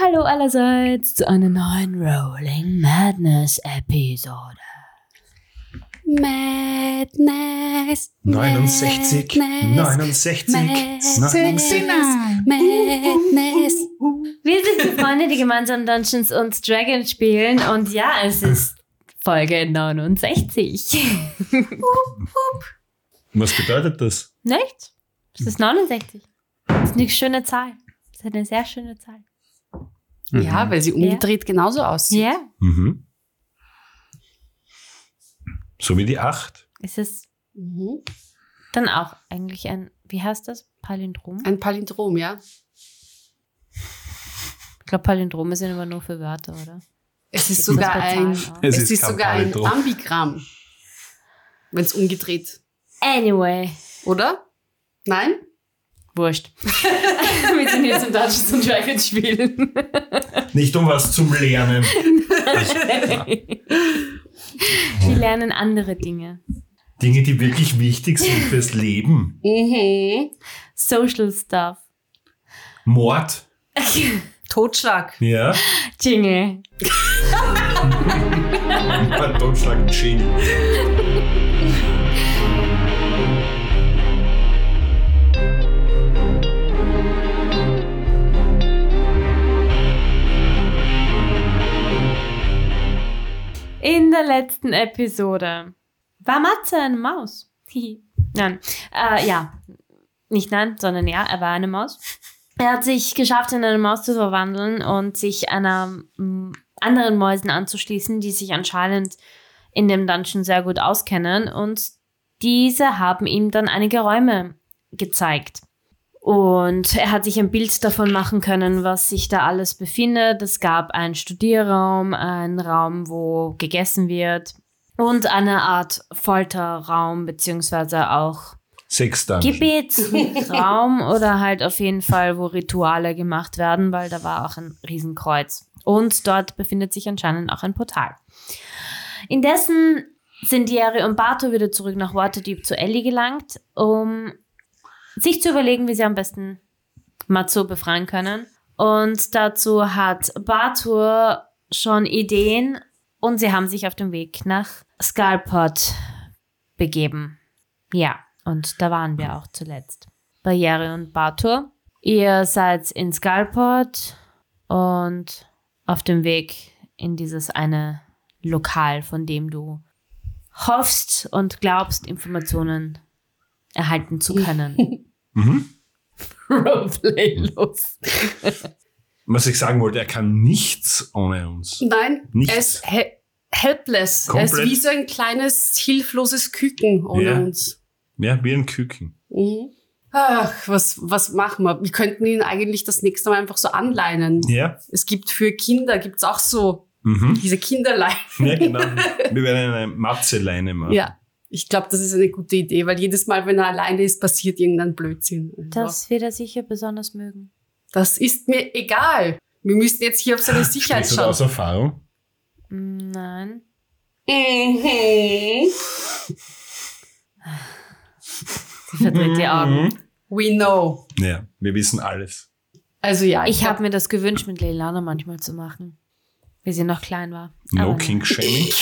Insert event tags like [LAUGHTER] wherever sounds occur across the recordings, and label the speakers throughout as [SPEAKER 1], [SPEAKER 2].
[SPEAKER 1] Hallo allerseits zu einer neuen Rolling Madness Episode.
[SPEAKER 2] Madness.
[SPEAKER 3] 69,
[SPEAKER 2] Madness.
[SPEAKER 3] 69,
[SPEAKER 2] Madness.
[SPEAKER 3] 69.
[SPEAKER 2] Madness.
[SPEAKER 1] Wir sind die Freunde, die gemeinsam Dungeons und Dragons spielen und ja, es ist Folge 69.
[SPEAKER 3] Was bedeutet das?
[SPEAKER 1] [LAUGHS] Nicht? Es ist 69. Das ist eine schöne Zahl. Das ist eine sehr schöne Zahl.
[SPEAKER 2] Ja, weil sie umgedreht genauso aussieht.
[SPEAKER 1] Ja,
[SPEAKER 3] Mhm. So wie die 8.
[SPEAKER 1] es ist
[SPEAKER 2] Mhm.
[SPEAKER 1] dann auch eigentlich ein, wie heißt das? Palindrom?
[SPEAKER 2] Ein Palindrom, ja.
[SPEAKER 1] Ich glaube, Palindrome sind aber nur für Wörter, oder?
[SPEAKER 2] Es ist
[SPEAKER 1] Gibt es
[SPEAKER 2] sogar
[SPEAKER 1] bei Zahlen
[SPEAKER 2] ein,
[SPEAKER 1] auch?
[SPEAKER 2] es
[SPEAKER 3] Es
[SPEAKER 2] ist
[SPEAKER 3] ist kein
[SPEAKER 2] sogar ein
[SPEAKER 3] Palindrom.
[SPEAKER 2] Ambigramm, wenn es umgedreht,
[SPEAKER 1] Anyway,
[SPEAKER 2] oder? Nein?
[SPEAKER 1] wurscht. [LAUGHS] Wir sind jetzt im Dungeons und Dragons spielen.
[SPEAKER 3] Nicht um was zum Lernen.
[SPEAKER 1] Wir [LAUGHS] lernen andere Dinge.
[SPEAKER 3] Dinge, die wirklich wichtig sind fürs Leben.
[SPEAKER 2] Mhm.
[SPEAKER 1] Social Stuff.
[SPEAKER 3] Mord.
[SPEAKER 2] [LAUGHS] Totschlag.
[SPEAKER 3] Ja.
[SPEAKER 1] Jingle.
[SPEAKER 3] Mord, Totschlag, Jingle.
[SPEAKER 1] In der letzten Episode war Matze eine Maus. [LAUGHS] Hihi. nein. Äh, ja. Nicht nein, sondern ja, er war eine Maus. Er hat sich geschafft, in eine Maus zu verwandeln und sich einer m, anderen Mäusen anzuschließen, die sich anscheinend in dem Dungeon sehr gut auskennen. Und diese haben ihm dann einige Räume gezeigt. Und er hat sich ein Bild davon machen können, was sich da alles befindet. Es gab einen Studierraum, einen Raum, wo gegessen wird und eine Art Folterraum beziehungsweise auch
[SPEAKER 3] Sechs dann.
[SPEAKER 1] Gebetsraum oder halt auf jeden Fall, wo Rituale gemacht werden, weil da war auch ein Riesenkreuz. Und dort befindet sich anscheinend auch ein Portal. Indessen sind Jerry und Bato wieder zurück nach Waterdeep zu Ellie gelangt, um sich zu überlegen, wie sie am besten Matzo befreien können. Und dazu hat Batur schon Ideen und sie haben sich auf den Weg nach Skalpot begeben. Ja, und da waren wir auch zuletzt. Bei Jerry und Batur. Ihr seid in Skalport und auf dem Weg in dieses eine Lokal, von dem du hoffst und glaubst, Informationen erhalten zu können.
[SPEAKER 3] Mhm.
[SPEAKER 1] Roleplay los.
[SPEAKER 3] Was ich sagen wollte, er kann nichts ohne uns.
[SPEAKER 2] Nein,
[SPEAKER 3] Nichts.
[SPEAKER 2] er ist he helpless. Er ist
[SPEAKER 3] Komplett.
[SPEAKER 2] wie so ein kleines, hilfloses Küken ohne
[SPEAKER 3] Ja.
[SPEAKER 2] uns.
[SPEAKER 3] Ja, wie ein Küken.
[SPEAKER 2] Mhm. Ach, was, was machen wir? Wir könnten ihn eigentlich das nächste Mal einfach so anleinen.
[SPEAKER 3] Ja.
[SPEAKER 2] Es gibt für Kinder, gibt's auch so
[SPEAKER 3] Mhm.
[SPEAKER 2] diese Kinderleinen.
[SPEAKER 3] Ja, genau. Wir werden eine Matzeleine machen.
[SPEAKER 2] Ja, ich glaube, das ist eine gute Idee, weil jedes Mal, wenn er alleine ist, passiert irgendein Blödsinn.
[SPEAKER 1] [LAUGHS]
[SPEAKER 2] Also,
[SPEAKER 1] Das wird er sicher besonders mögen.
[SPEAKER 2] das ist mir egal. Wir müssen jetzt hier auf
[SPEAKER 3] [LAUGHS]
[SPEAKER 2] seine Sicherheit
[SPEAKER 3] Sprichst du da
[SPEAKER 2] schauen.
[SPEAKER 3] aus Erfahrung?
[SPEAKER 1] Mm, Nein.
[SPEAKER 2] Mhm.
[SPEAKER 1] Sie verdreht die Augen.
[SPEAKER 3] Mhm.
[SPEAKER 2] We know.
[SPEAKER 3] Ja, wir wissen alles.
[SPEAKER 2] Also ja,
[SPEAKER 1] Ich habe mir das gewünscht, mit Leilana manchmal zu machen, wie sie noch klein war.
[SPEAKER 3] No
[SPEAKER 1] Aber
[SPEAKER 3] King Shaming.
[SPEAKER 4] Ähm.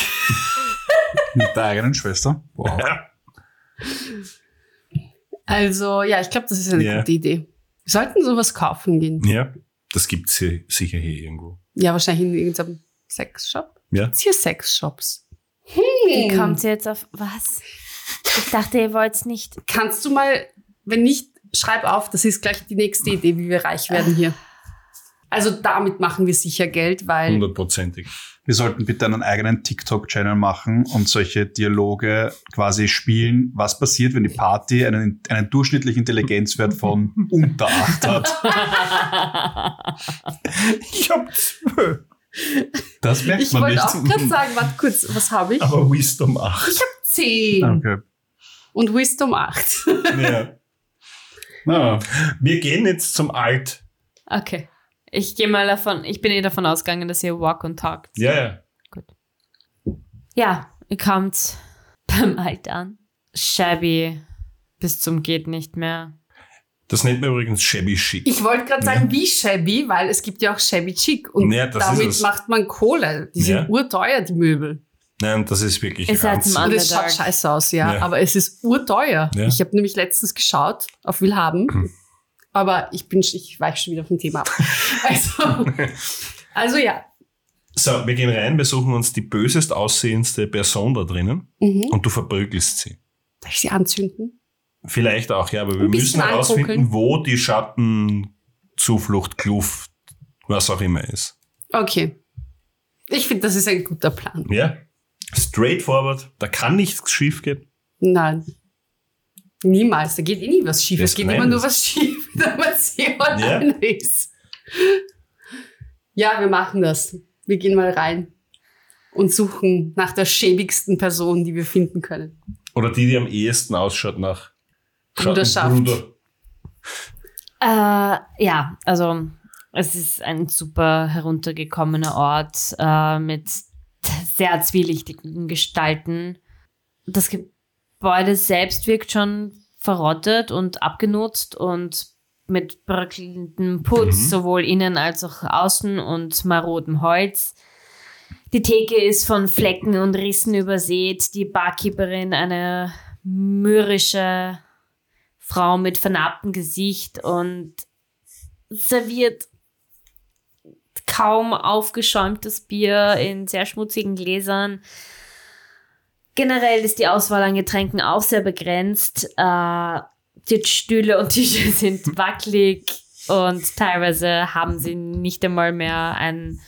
[SPEAKER 4] [LAUGHS] Mit der eigenen Schwester. Wow.
[SPEAKER 2] also ja, ich glaube, das ist eine
[SPEAKER 3] Ja.
[SPEAKER 2] gute Idee. Wir sollten sowas kaufen gehen.
[SPEAKER 3] Ja, das gibt es sicher hier irgendwo.
[SPEAKER 2] Ja, wahrscheinlich in irgendeinem Sexshop.
[SPEAKER 3] Ja.
[SPEAKER 2] Gibt's hier Sexshops?
[SPEAKER 1] Wie kommt sie jetzt auf was? Ich dachte, ihr wollt's nicht.
[SPEAKER 2] Kannst du mal, wenn nicht, schreib auf, das ist gleich die nächste Idee, wie wir reich werden hier. Also damit machen wir sicher Geld, weil
[SPEAKER 3] Hundertprozentig.
[SPEAKER 4] Wir sollten bitte einen eigenen TikTok-Channel machen und solche Dialoge quasi spielen. Was passiert, wenn die Party einen, einen durchschnittlichen Intelligenzwert von
[SPEAKER 2] [LAUGHS]
[SPEAKER 4] unter 8 hat?
[SPEAKER 3] Ich hab zwölf.
[SPEAKER 4] Das merkt
[SPEAKER 2] Ich
[SPEAKER 4] man
[SPEAKER 2] wollte
[SPEAKER 4] nicht.
[SPEAKER 2] auch gerade
[SPEAKER 4] [LAUGHS]
[SPEAKER 2] sagen, warte kurz, was habe ich?
[SPEAKER 3] Aber Wisdom 8.
[SPEAKER 2] 10
[SPEAKER 4] Okay.
[SPEAKER 2] und Wisdom 8.
[SPEAKER 3] Ja. Na, wir gehen jetzt zum Alt.
[SPEAKER 1] Okay. Ich gehe mal davon, ich bin eh davon ausgegangen, dass ihr walk und talkt.
[SPEAKER 3] Ja, ja.
[SPEAKER 1] Ja, ihr kommt [LAUGHS] beim Alt an. Shabby bis zum geht nicht mehr.
[SPEAKER 3] Das nennt man übrigens shabby chic.
[SPEAKER 2] Ich wollte gerade sagen, wie shabby, weil es gibt ja auch shabby chic und
[SPEAKER 3] Ja, das ist
[SPEAKER 2] damit
[SPEAKER 3] es.
[SPEAKER 2] macht man Kohle. Die
[SPEAKER 3] Ja.
[SPEAKER 2] sind urteuer, die Möbel.
[SPEAKER 3] Nein, das ist wirklich
[SPEAKER 1] Ihr seid
[SPEAKER 3] ranzig.
[SPEAKER 1] ein
[SPEAKER 2] Und es
[SPEAKER 1] Underdog.
[SPEAKER 2] schaut scheiße aus, ja,
[SPEAKER 3] Ja.
[SPEAKER 2] aber es ist urteuer.
[SPEAKER 3] Ja. Hm.
[SPEAKER 2] Ich habe nämlich letztens geschaut auf Willhaben, aber ich bin, sch- ich weiche schon wieder vom
[SPEAKER 3] [LAUGHS]
[SPEAKER 2] Thema ab. Also, also ja.
[SPEAKER 3] So, wir gehen rein, wir suchen uns die bösest aussehendste Person da drinnen
[SPEAKER 2] Mhm.
[SPEAKER 3] und du verprügelst sie.
[SPEAKER 2] Darf ich sie anzünden?
[SPEAKER 3] Vielleicht auch, ja, aber wir
[SPEAKER 2] Ein
[SPEAKER 3] müssen
[SPEAKER 2] bisschen
[SPEAKER 3] herausfinden,
[SPEAKER 2] angucken.
[SPEAKER 3] wo die Schattenzuflucht, Kluft, was auch immer ist.
[SPEAKER 2] Okay. Ich finde, das ist ein guter Plan.
[SPEAKER 3] Ja? Straightforward, da kann nichts schief gehen.
[SPEAKER 2] Nein. Niemals. Da geht eh nie was schief.
[SPEAKER 3] Das
[SPEAKER 2] es geht
[SPEAKER 3] Kleine
[SPEAKER 2] immer nur
[SPEAKER 3] ist-
[SPEAKER 2] was schief, [LAUGHS] wenn man sie
[SPEAKER 3] Ja.
[SPEAKER 2] online ist. Ja, wir machen das. Wir gehen mal rein und suchen nach der schäbigsten Person, die wir finden können.
[SPEAKER 3] Oder die, die am ehesten ausschaut nach
[SPEAKER 2] Bruderschaft.
[SPEAKER 3] Schattenbruder.
[SPEAKER 1] Äh, ja, also es ist ein super heruntergekommener Ort äh, mit sehr zwielichtigen Gestalten. Das Gebäude selbst wirkt schon verrottet und abgenutzt und mit bröckelndem Putz,
[SPEAKER 3] Mhm.
[SPEAKER 1] sowohl innen als auch außen und marodem Holz. Die Theke ist von Flecken und Rissen übersät. Die Barkeeperin eine mürrische Frau mit vernarbtem Gesicht und serviert kaum aufgeschäumtes Bier in sehr schmutzigen Gläsern. Generell ist die Auswahl an Getränken auch sehr begrenzt. Äh, die Stühle und Tische [LAUGHS] sind wackelig und teilweise haben sie nicht einmal mehr ein.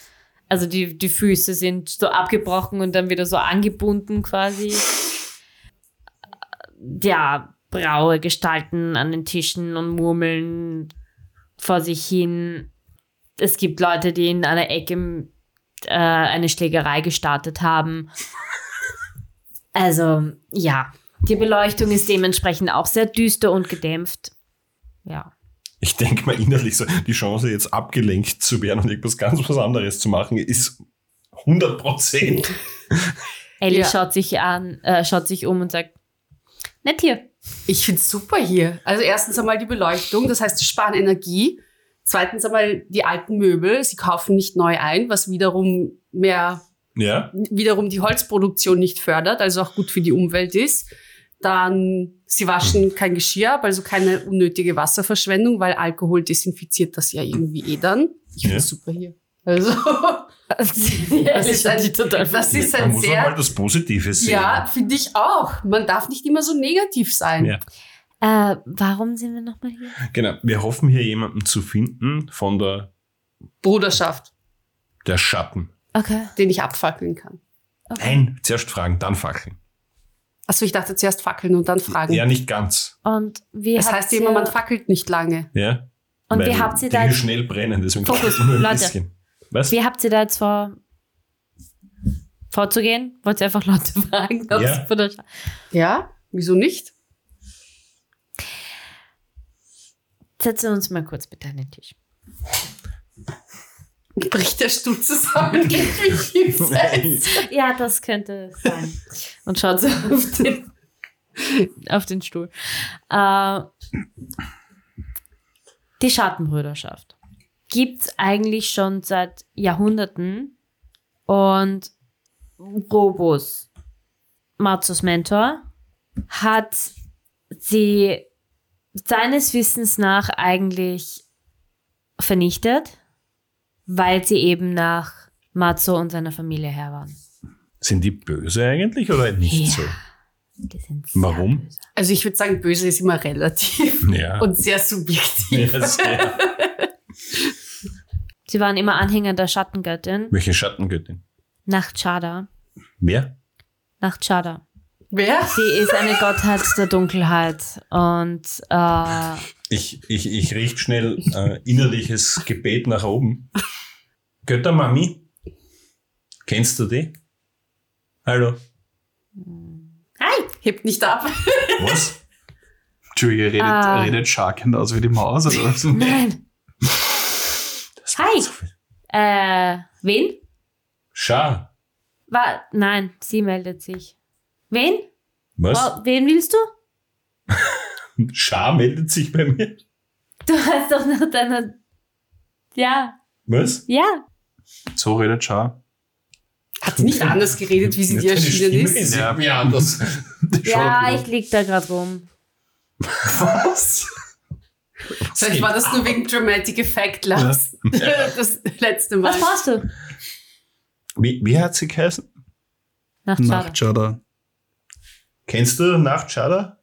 [SPEAKER 1] Also die, die Füße sind so abgebrochen und dann wieder so angebunden quasi ja, braue Gestalten an den Tischen und murmeln vor sich hin. Es gibt Leute, die in einer Ecke äh, eine Schlägerei gestartet
[SPEAKER 2] [LAUGHS]
[SPEAKER 1] haben. Also, ja. Die Beleuchtung ist dementsprechend auch sehr düster und gedämpft. Ja.
[SPEAKER 3] Ich denke mal innerlich so, die Chance jetzt abgelenkt zu werden und irgendwas ganz was anderes zu machen, ist 100 Prozent.
[SPEAKER 1] Ellie
[SPEAKER 2] Ja.
[SPEAKER 1] schaut sich an, äh, schaut sich um und sagt, nett hier. [LAUGHS]
[SPEAKER 2] Ich finde es super hier. Also erstens einmal die Beleuchtung, das heißt, sie sparen Energie. Zweitens einmal die alten Möbel, sie kaufen nicht neu ein, was wiederum mehr
[SPEAKER 3] Ja?
[SPEAKER 2] wiederum die Holzproduktion nicht fördert, also auch gut für die Umwelt ist. Dann, sie waschen kein Geschirr ab, also keine unnötige Wasserverschwendung, weil Alkohol desinfiziert das ja irgendwie eh dann. Ich finde
[SPEAKER 3] Ja.
[SPEAKER 2] super hier. [LAUGHS]
[SPEAKER 1] das
[SPEAKER 2] Also, [LAUGHS] ist ein- das ist
[SPEAKER 3] Da
[SPEAKER 2] ein
[SPEAKER 3] muss man mal
[SPEAKER 2] sehr,
[SPEAKER 3] das Positive sehen.
[SPEAKER 2] ja, finde ich auch. Man darf nicht immer so negativ sein.
[SPEAKER 3] Ja.
[SPEAKER 1] Äh, warum sind wir nochmal hier?
[SPEAKER 3] Genau. Wir hoffen hier jemanden zu finden von der,
[SPEAKER 2] Bruderschaft,
[SPEAKER 3] der Schatten.
[SPEAKER 1] Okay.
[SPEAKER 2] den ich abfackeln kann.
[SPEAKER 3] Nein, zuerst fragen, dann fackeln.
[SPEAKER 2] Achso, ich dachte zuerst fackeln und dann fragen.
[SPEAKER 3] Ja, nicht ganz.
[SPEAKER 1] Und wie
[SPEAKER 2] das
[SPEAKER 1] habt
[SPEAKER 2] heißt ja
[SPEAKER 1] ihr-
[SPEAKER 2] immer, man fackelt nicht lange.
[SPEAKER 3] Ja?
[SPEAKER 1] Und
[SPEAKER 3] Weil
[SPEAKER 1] wie habt ihr da
[SPEAKER 3] Dinge schnell brennen, deswegen
[SPEAKER 1] Fokus,
[SPEAKER 3] nur ein
[SPEAKER 1] Leute.
[SPEAKER 3] bisschen. Was? [LAUGHS]
[SPEAKER 1] Wie habt ihr da jetzt vor, vorzugehen? Wollt ihr einfach Leute [LAUGHS] fragen? ob
[SPEAKER 3] Ja.
[SPEAKER 1] sie von der Scha-
[SPEAKER 2] Ja, wieso nicht?
[SPEAKER 1] Setzen wir uns mal kurz bitte an den Tisch.
[SPEAKER 2] Bricht der Stuhl zusammen, [LAUGHS] geht mich
[SPEAKER 3] [LAUGHS]
[SPEAKER 2] hinsetzen.
[SPEAKER 1] Ja, das könnte sein. Und schaut so auf den, auf den Stuhl. Äh, die Schattenbrüderschaft gibt's eigentlich schon seit Jahrhunderten. Und Robus, Marzus Mentor, hat sie seines Wissens nach eigentlich vernichtet, weil sie eben nach Matzo und seiner Familie her waren.
[SPEAKER 3] Sind die böse eigentlich oder nicht
[SPEAKER 1] Ja.
[SPEAKER 3] so?
[SPEAKER 1] Die sind
[SPEAKER 3] Warum?
[SPEAKER 1] böse.
[SPEAKER 2] Also ich würde sagen, böse ist immer relativ
[SPEAKER 3] Ja.
[SPEAKER 2] und sehr subjektiv.
[SPEAKER 3] [LAUGHS] ja, sehr.
[SPEAKER 1] Sie waren immer Anhänger der Schattengöttin.
[SPEAKER 3] Welche Schattengöttin?
[SPEAKER 1] Nachtschada.
[SPEAKER 3] Wer?
[SPEAKER 1] Nachtschada.
[SPEAKER 2] Wer?
[SPEAKER 1] Sie ist eine Gottheit der Dunkelheit. Und äh,
[SPEAKER 3] Ich, ich, ich riech schnell äh, innerliches Gebet nach oben. Göttermami? Kennst du die? Hallo?
[SPEAKER 2] Hi! Hebt nicht ab.
[SPEAKER 3] Was?
[SPEAKER 4] Entschuldige, redet,
[SPEAKER 1] Ah.
[SPEAKER 4] redet Sharkend aus wie die Maus oder was?
[SPEAKER 1] nein.
[SPEAKER 3] Das
[SPEAKER 1] Hi.
[SPEAKER 3] war zu viel.
[SPEAKER 1] Äh, wen?
[SPEAKER 3] Scha.
[SPEAKER 1] War, nein, sie meldet sich. Wen?
[SPEAKER 3] Was?
[SPEAKER 1] Oh, wen willst du?
[SPEAKER 3] Scha meldet sich bei mir.
[SPEAKER 1] Du hast doch nach deiner. Ja,
[SPEAKER 3] Was?
[SPEAKER 1] ja.
[SPEAKER 4] So redet Schar.
[SPEAKER 2] Hat sie nicht anders geredet, wie sie dir
[SPEAKER 3] Deine
[SPEAKER 2] erschienen
[SPEAKER 3] Stimme
[SPEAKER 2] ist?
[SPEAKER 3] ist
[SPEAKER 4] Ja.
[SPEAKER 3] irgendwie anders.
[SPEAKER 1] Ja, ich lieg da gerade rum.
[SPEAKER 4] Was?
[SPEAKER 2] Vielleicht war das nur wegen Dramatic Effect last. [LAUGHS] Das letzte Mal.
[SPEAKER 1] Was brauchst du?
[SPEAKER 4] Wie, wie hat sie geheißen?
[SPEAKER 1] Nachtschaden.
[SPEAKER 4] Nachtschada.
[SPEAKER 3] Kennst du Nachtschader?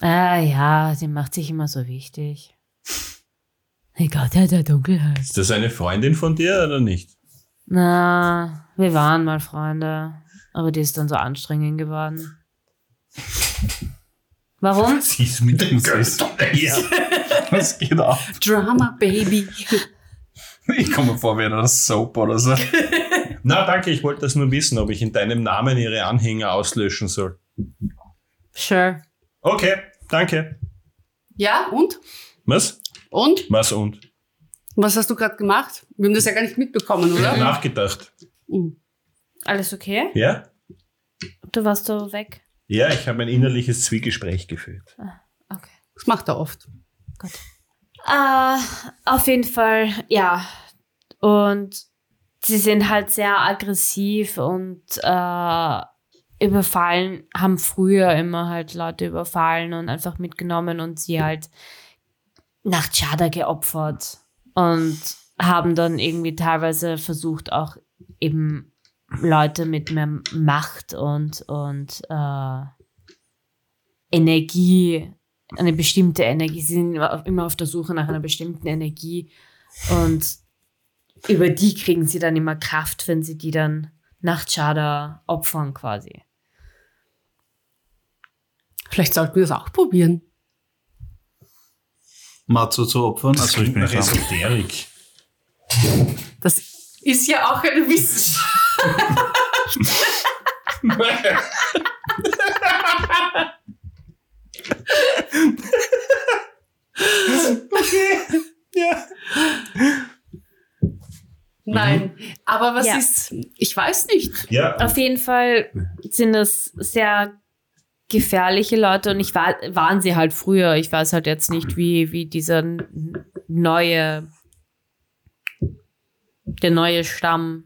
[SPEAKER 1] Ah ja, sie macht sich immer so wichtig. [LAUGHS] Die Gott der Dunkelheit.
[SPEAKER 3] Ist das eine Freundin von dir oder nicht?
[SPEAKER 1] Na, wir waren mal Freunde, aber die ist dann so anstrengend geworden. Warum?
[SPEAKER 3] Sie ist mit dem
[SPEAKER 4] Was
[SPEAKER 3] Göttern.
[SPEAKER 2] [LAUGHS]
[SPEAKER 3] Ja.
[SPEAKER 4] Was geht ab?
[SPEAKER 2] Drama Baby.
[SPEAKER 4] Ich komme mir vor wie einer Soap oder so.
[SPEAKER 3] Na, danke, ich wollte das nur wissen, ob ich in deinem Namen ihre Anhänger auslöschen soll.
[SPEAKER 1] Sure.
[SPEAKER 3] Okay, danke.
[SPEAKER 2] Ja, und?
[SPEAKER 3] Was?
[SPEAKER 2] Und?
[SPEAKER 3] Was und?
[SPEAKER 2] Was hast du gerade gemacht? Wir haben das ja gar nicht mitbekommen,
[SPEAKER 3] Ich hab
[SPEAKER 2] oder?
[SPEAKER 3] nachgedacht.
[SPEAKER 2] Mhm.
[SPEAKER 1] Alles okay?
[SPEAKER 3] Ja?
[SPEAKER 1] Du warst so weg.
[SPEAKER 3] Ja, ich habe ein innerliches Zwiegespräch geführt.
[SPEAKER 1] Okay.
[SPEAKER 2] Das macht er oft.
[SPEAKER 1] Äh, auf jeden Fall, ja. Und sie sind halt sehr aggressiv und äh, überfallen, haben früher immer halt Leute überfallen und einfach mitgenommen und sie halt nach Tschada geopfert und haben dann irgendwie teilweise versucht, auch eben Leute mit mehr Macht und, und äh, Energie eine bestimmte Energie. Sie sind immer auf, immer auf der Suche nach einer bestimmten Energie und über die kriegen sie dann immer Kraft, wenn sie die dann Nachtschada opfern quasi.
[SPEAKER 2] Vielleicht sollten wir das auch probieren.
[SPEAKER 4] Matsu zu opfern?
[SPEAKER 3] Das
[SPEAKER 4] Also ich
[SPEAKER 3] klingt
[SPEAKER 4] bin
[SPEAKER 3] nach
[SPEAKER 4] nicht da.
[SPEAKER 3] [LAUGHS] Esoterik.
[SPEAKER 2] Das ist ja auch eine Wissenschaft.
[SPEAKER 4] Ja.
[SPEAKER 3] Mhm.
[SPEAKER 2] Nein. Aber was
[SPEAKER 1] Ja.
[SPEAKER 2] ist. Ich weiß nicht.
[SPEAKER 3] Ja,
[SPEAKER 1] Auf jeden Fall sind es sehr gefährliche Leute und ich war, waren sie halt früher. Ich weiß halt jetzt nicht, wie, wie dieser n- neue, der neue Stamm,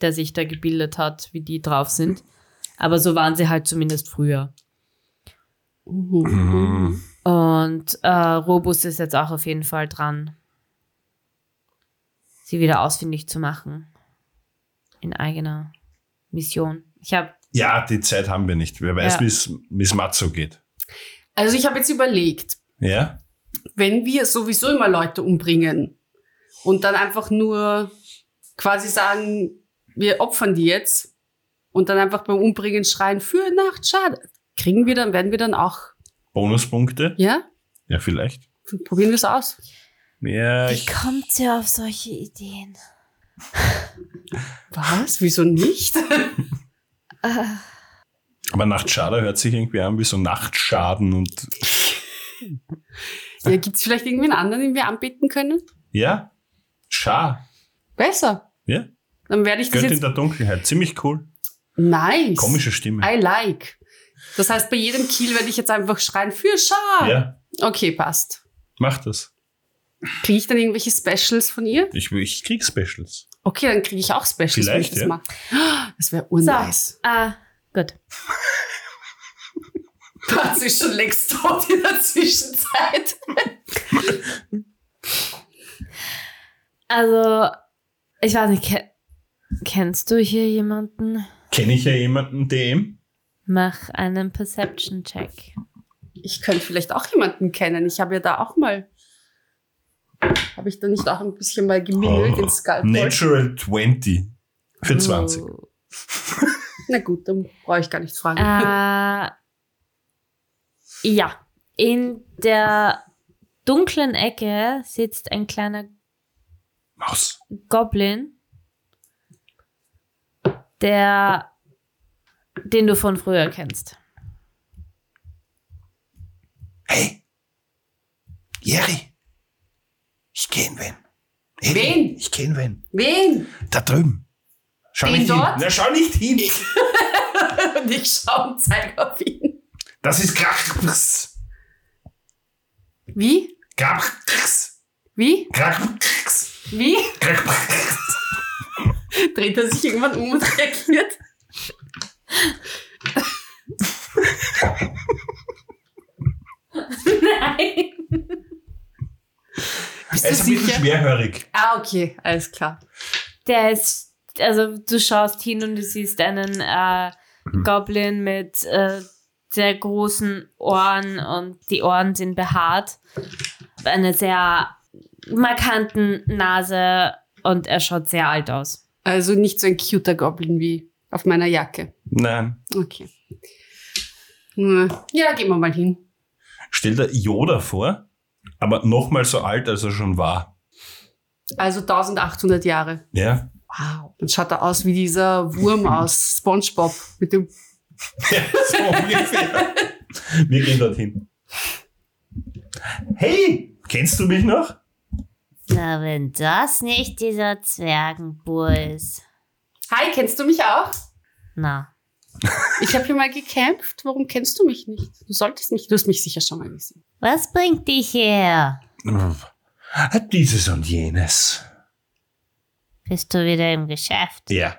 [SPEAKER 1] der sich da gebildet hat, wie die drauf sind. Aber so waren sie halt zumindest früher.
[SPEAKER 3] Mhm.
[SPEAKER 1] Und äh, Robus ist jetzt auch auf jeden Fall dran, sie wieder ausfindig zu machen. In eigener Mission. Ich habe
[SPEAKER 3] ja die Zeit haben wir nicht. Wer weiß,
[SPEAKER 1] Ja.
[SPEAKER 3] wie es Matzo geht.
[SPEAKER 2] Also, ich habe jetzt überlegt,
[SPEAKER 3] Ja?
[SPEAKER 2] wenn wir sowieso immer Leute umbringen und dann einfach nur quasi sagen, wir opfern die jetzt und dann einfach beim Umbringen schreien für Nacht, schade. Kriegen wir dann, werden wir dann auch,
[SPEAKER 3] Bonuspunkte?
[SPEAKER 2] ja?
[SPEAKER 3] Ja, vielleicht.
[SPEAKER 2] Probieren wir es aus.
[SPEAKER 3] Ja,
[SPEAKER 1] Wie
[SPEAKER 3] ich,
[SPEAKER 1] kommt ihr auf solche Ideen?
[SPEAKER 2] Was? Wieso nicht?
[SPEAKER 3] aber Nachtschader hört sich irgendwie an wie so Nachtschaden und
[SPEAKER 2] [LAUGHS] Ja, gibt es vielleicht irgendwie einen anderen, den wir anbieten können?
[SPEAKER 3] ja, Schar.
[SPEAKER 2] Besser.
[SPEAKER 3] Ja,
[SPEAKER 2] Dann werde ich das
[SPEAKER 3] Göttin
[SPEAKER 2] jetzt.
[SPEAKER 3] der Dunkelheit. Ziemlich cool.
[SPEAKER 2] Nice.
[SPEAKER 3] Komische Stimme.
[SPEAKER 2] I like. Das heißt, bei jedem Kiel werde ich jetzt einfach schreien für Schar.
[SPEAKER 3] Ja,
[SPEAKER 2] Okay, passt.
[SPEAKER 3] mach das.
[SPEAKER 2] Kriege ich dann irgendwelche Specials von ihr?
[SPEAKER 3] Ich, ich krieg Specials.
[SPEAKER 2] Okay, dann kriege ich auch Specials, wenn ich
[SPEAKER 3] Vielleicht,
[SPEAKER 2] das
[SPEAKER 3] ja.
[SPEAKER 2] mache. Das wäre unnice.
[SPEAKER 1] Ah, gut.
[SPEAKER 2] So. [LAUGHS] Platz ist schon längst tot in der Zwischenzeit.
[SPEAKER 1] Also, ich weiß nicht, ke kennst du hier jemanden?
[SPEAKER 3] Kenne ich ja jemanden, DM?
[SPEAKER 1] Mach einen Perception-Check.
[SPEAKER 2] Ich könnte vielleicht auch jemanden kennen. Ich habe ja da auch mal. Habe ich da nicht auch ein bisschen mal gemingelt
[SPEAKER 3] Oh,
[SPEAKER 2] ins Skalpol?
[SPEAKER 3] Natural 20. Für 20.
[SPEAKER 1] Oh.
[SPEAKER 2] Na gut, dann brauche ich gar nicht fragen.
[SPEAKER 1] Äh, ja, in der dunklen Ecke sitzt ein kleiner
[SPEAKER 3] Maus.
[SPEAKER 1] Goblin, der, den du von früher kennst.
[SPEAKER 3] Hey, Jerry, ich kenne wen.
[SPEAKER 2] Wen?
[SPEAKER 3] Ich kenne wen.
[SPEAKER 2] Wen?
[SPEAKER 3] Da drüben. Schau
[SPEAKER 2] Den
[SPEAKER 3] nicht hin.
[SPEAKER 2] dort?
[SPEAKER 3] Na, schau nicht hin.
[SPEAKER 2] [LAUGHS] Und ich schaue und zeige auf ihn.
[SPEAKER 3] Das ist Kraxpus.
[SPEAKER 2] Wie?
[SPEAKER 3] Krabs,
[SPEAKER 2] Wie?
[SPEAKER 3] Krabs,
[SPEAKER 2] Wie?
[SPEAKER 3] Krabs.
[SPEAKER 2] [LAUGHS] Dreht er sich irgendwann um und reagiert?
[SPEAKER 1] Nein.
[SPEAKER 2] Bist
[SPEAKER 3] Er
[SPEAKER 2] du
[SPEAKER 3] ist ein bisschen
[SPEAKER 2] sicher?
[SPEAKER 3] schwerhörig.
[SPEAKER 2] Ah, okay, alles klar.
[SPEAKER 1] Der ist, also du schaust hin und du siehst einen äh, Goblin mit äh, sehr großen Ohren und die Ohren sind behaart. Eine sehr markanten Nase und er schaut sehr alt aus.
[SPEAKER 2] Also nicht so ein cuter Goblin wie auf meiner Jacke.
[SPEAKER 3] Nein.
[SPEAKER 2] Okay. Hm, Ja, gehen wir mal hin.
[SPEAKER 3] Stell dir Yoda vor, aber nochmal so alt, als er schon war.
[SPEAKER 2] Also 1800 Jahre.
[SPEAKER 3] Ja? [LAUGHS]
[SPEAKER 2] Wow. Dann schaut er aus wie dieser Wurm aus SpongeBob mit dem
[SPEAKER 3] so ungefähr. Wir gehen dorthin. Hey, kennst du mich noch?
[SPEAKER 1] Na, wenn das nicht dieser Zwergenbull ist.
[SPEAKER 2] Hi, kennst du mich auch?
[SPEAKER 1] Na.
[SPEAKER 2] Ich habe hier mal gekämpft. Warum kennst du mich nicht? Du solltest mich. Du hast mich sicher schon mal gesehen.
[SPEAKER 1] Was bringt dich her?
[SPEAKER 3] Hat Äh, dieses und jenes.
[SPEAKER 1] Bist du wieder im Geschäft?
[SPEAKER 3] Ja.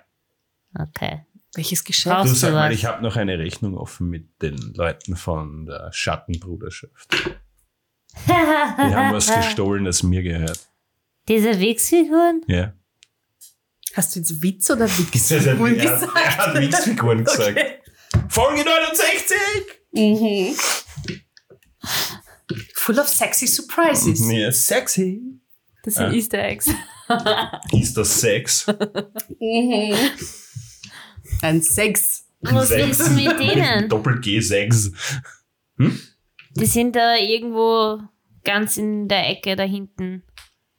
[SPEAKER 1] Okay.
[SPEAKER 2] Welches
[SPEAKER 3] Du
[SPEAKER 1] Brauchst
[SPEAKER 2] Geschäft?
[SPEAKER 1] du
[SPEAKER 3] sag mal,
[SPEAKER 1] was?
[SPEAKER 3] ich habe noch eine Rechnung offen mit den Leuten von der Schattenbruderschaft. Die haben was gestohlen, das mir gehört.
[SPEAKER 1] Diese Wichsfiguren?
[SPEAKER 3] Ja.
[SPEAKER 2] Hast du jetzt Witz oder Witz?
[SPEAKER 3] [LAUGHS] er, hat- er hat [LAUGHS] Mixfiguren gesagt. Folge 69!
[SPEAKER 2] Mhm. Full of sexy surprises.
[SPEAKER 3] Ja, sexy.
[SPEAKER 1] Das
[SPEAKER 3] sind Ah.
[SPEAKER 1] Easter Eggs.
[SPEAKER 3] [LAUGHS] Ist das Sex?
[SPEAKER 2] Mhm. Ein Sex.
[SPEAKER 1] Was willst du mit denen?
[SPEAKER 3] [LAUGHS] Doppel-G6.
[SPEAKER 1] Die sind da irgendwo ganz in der Ecke da hinten.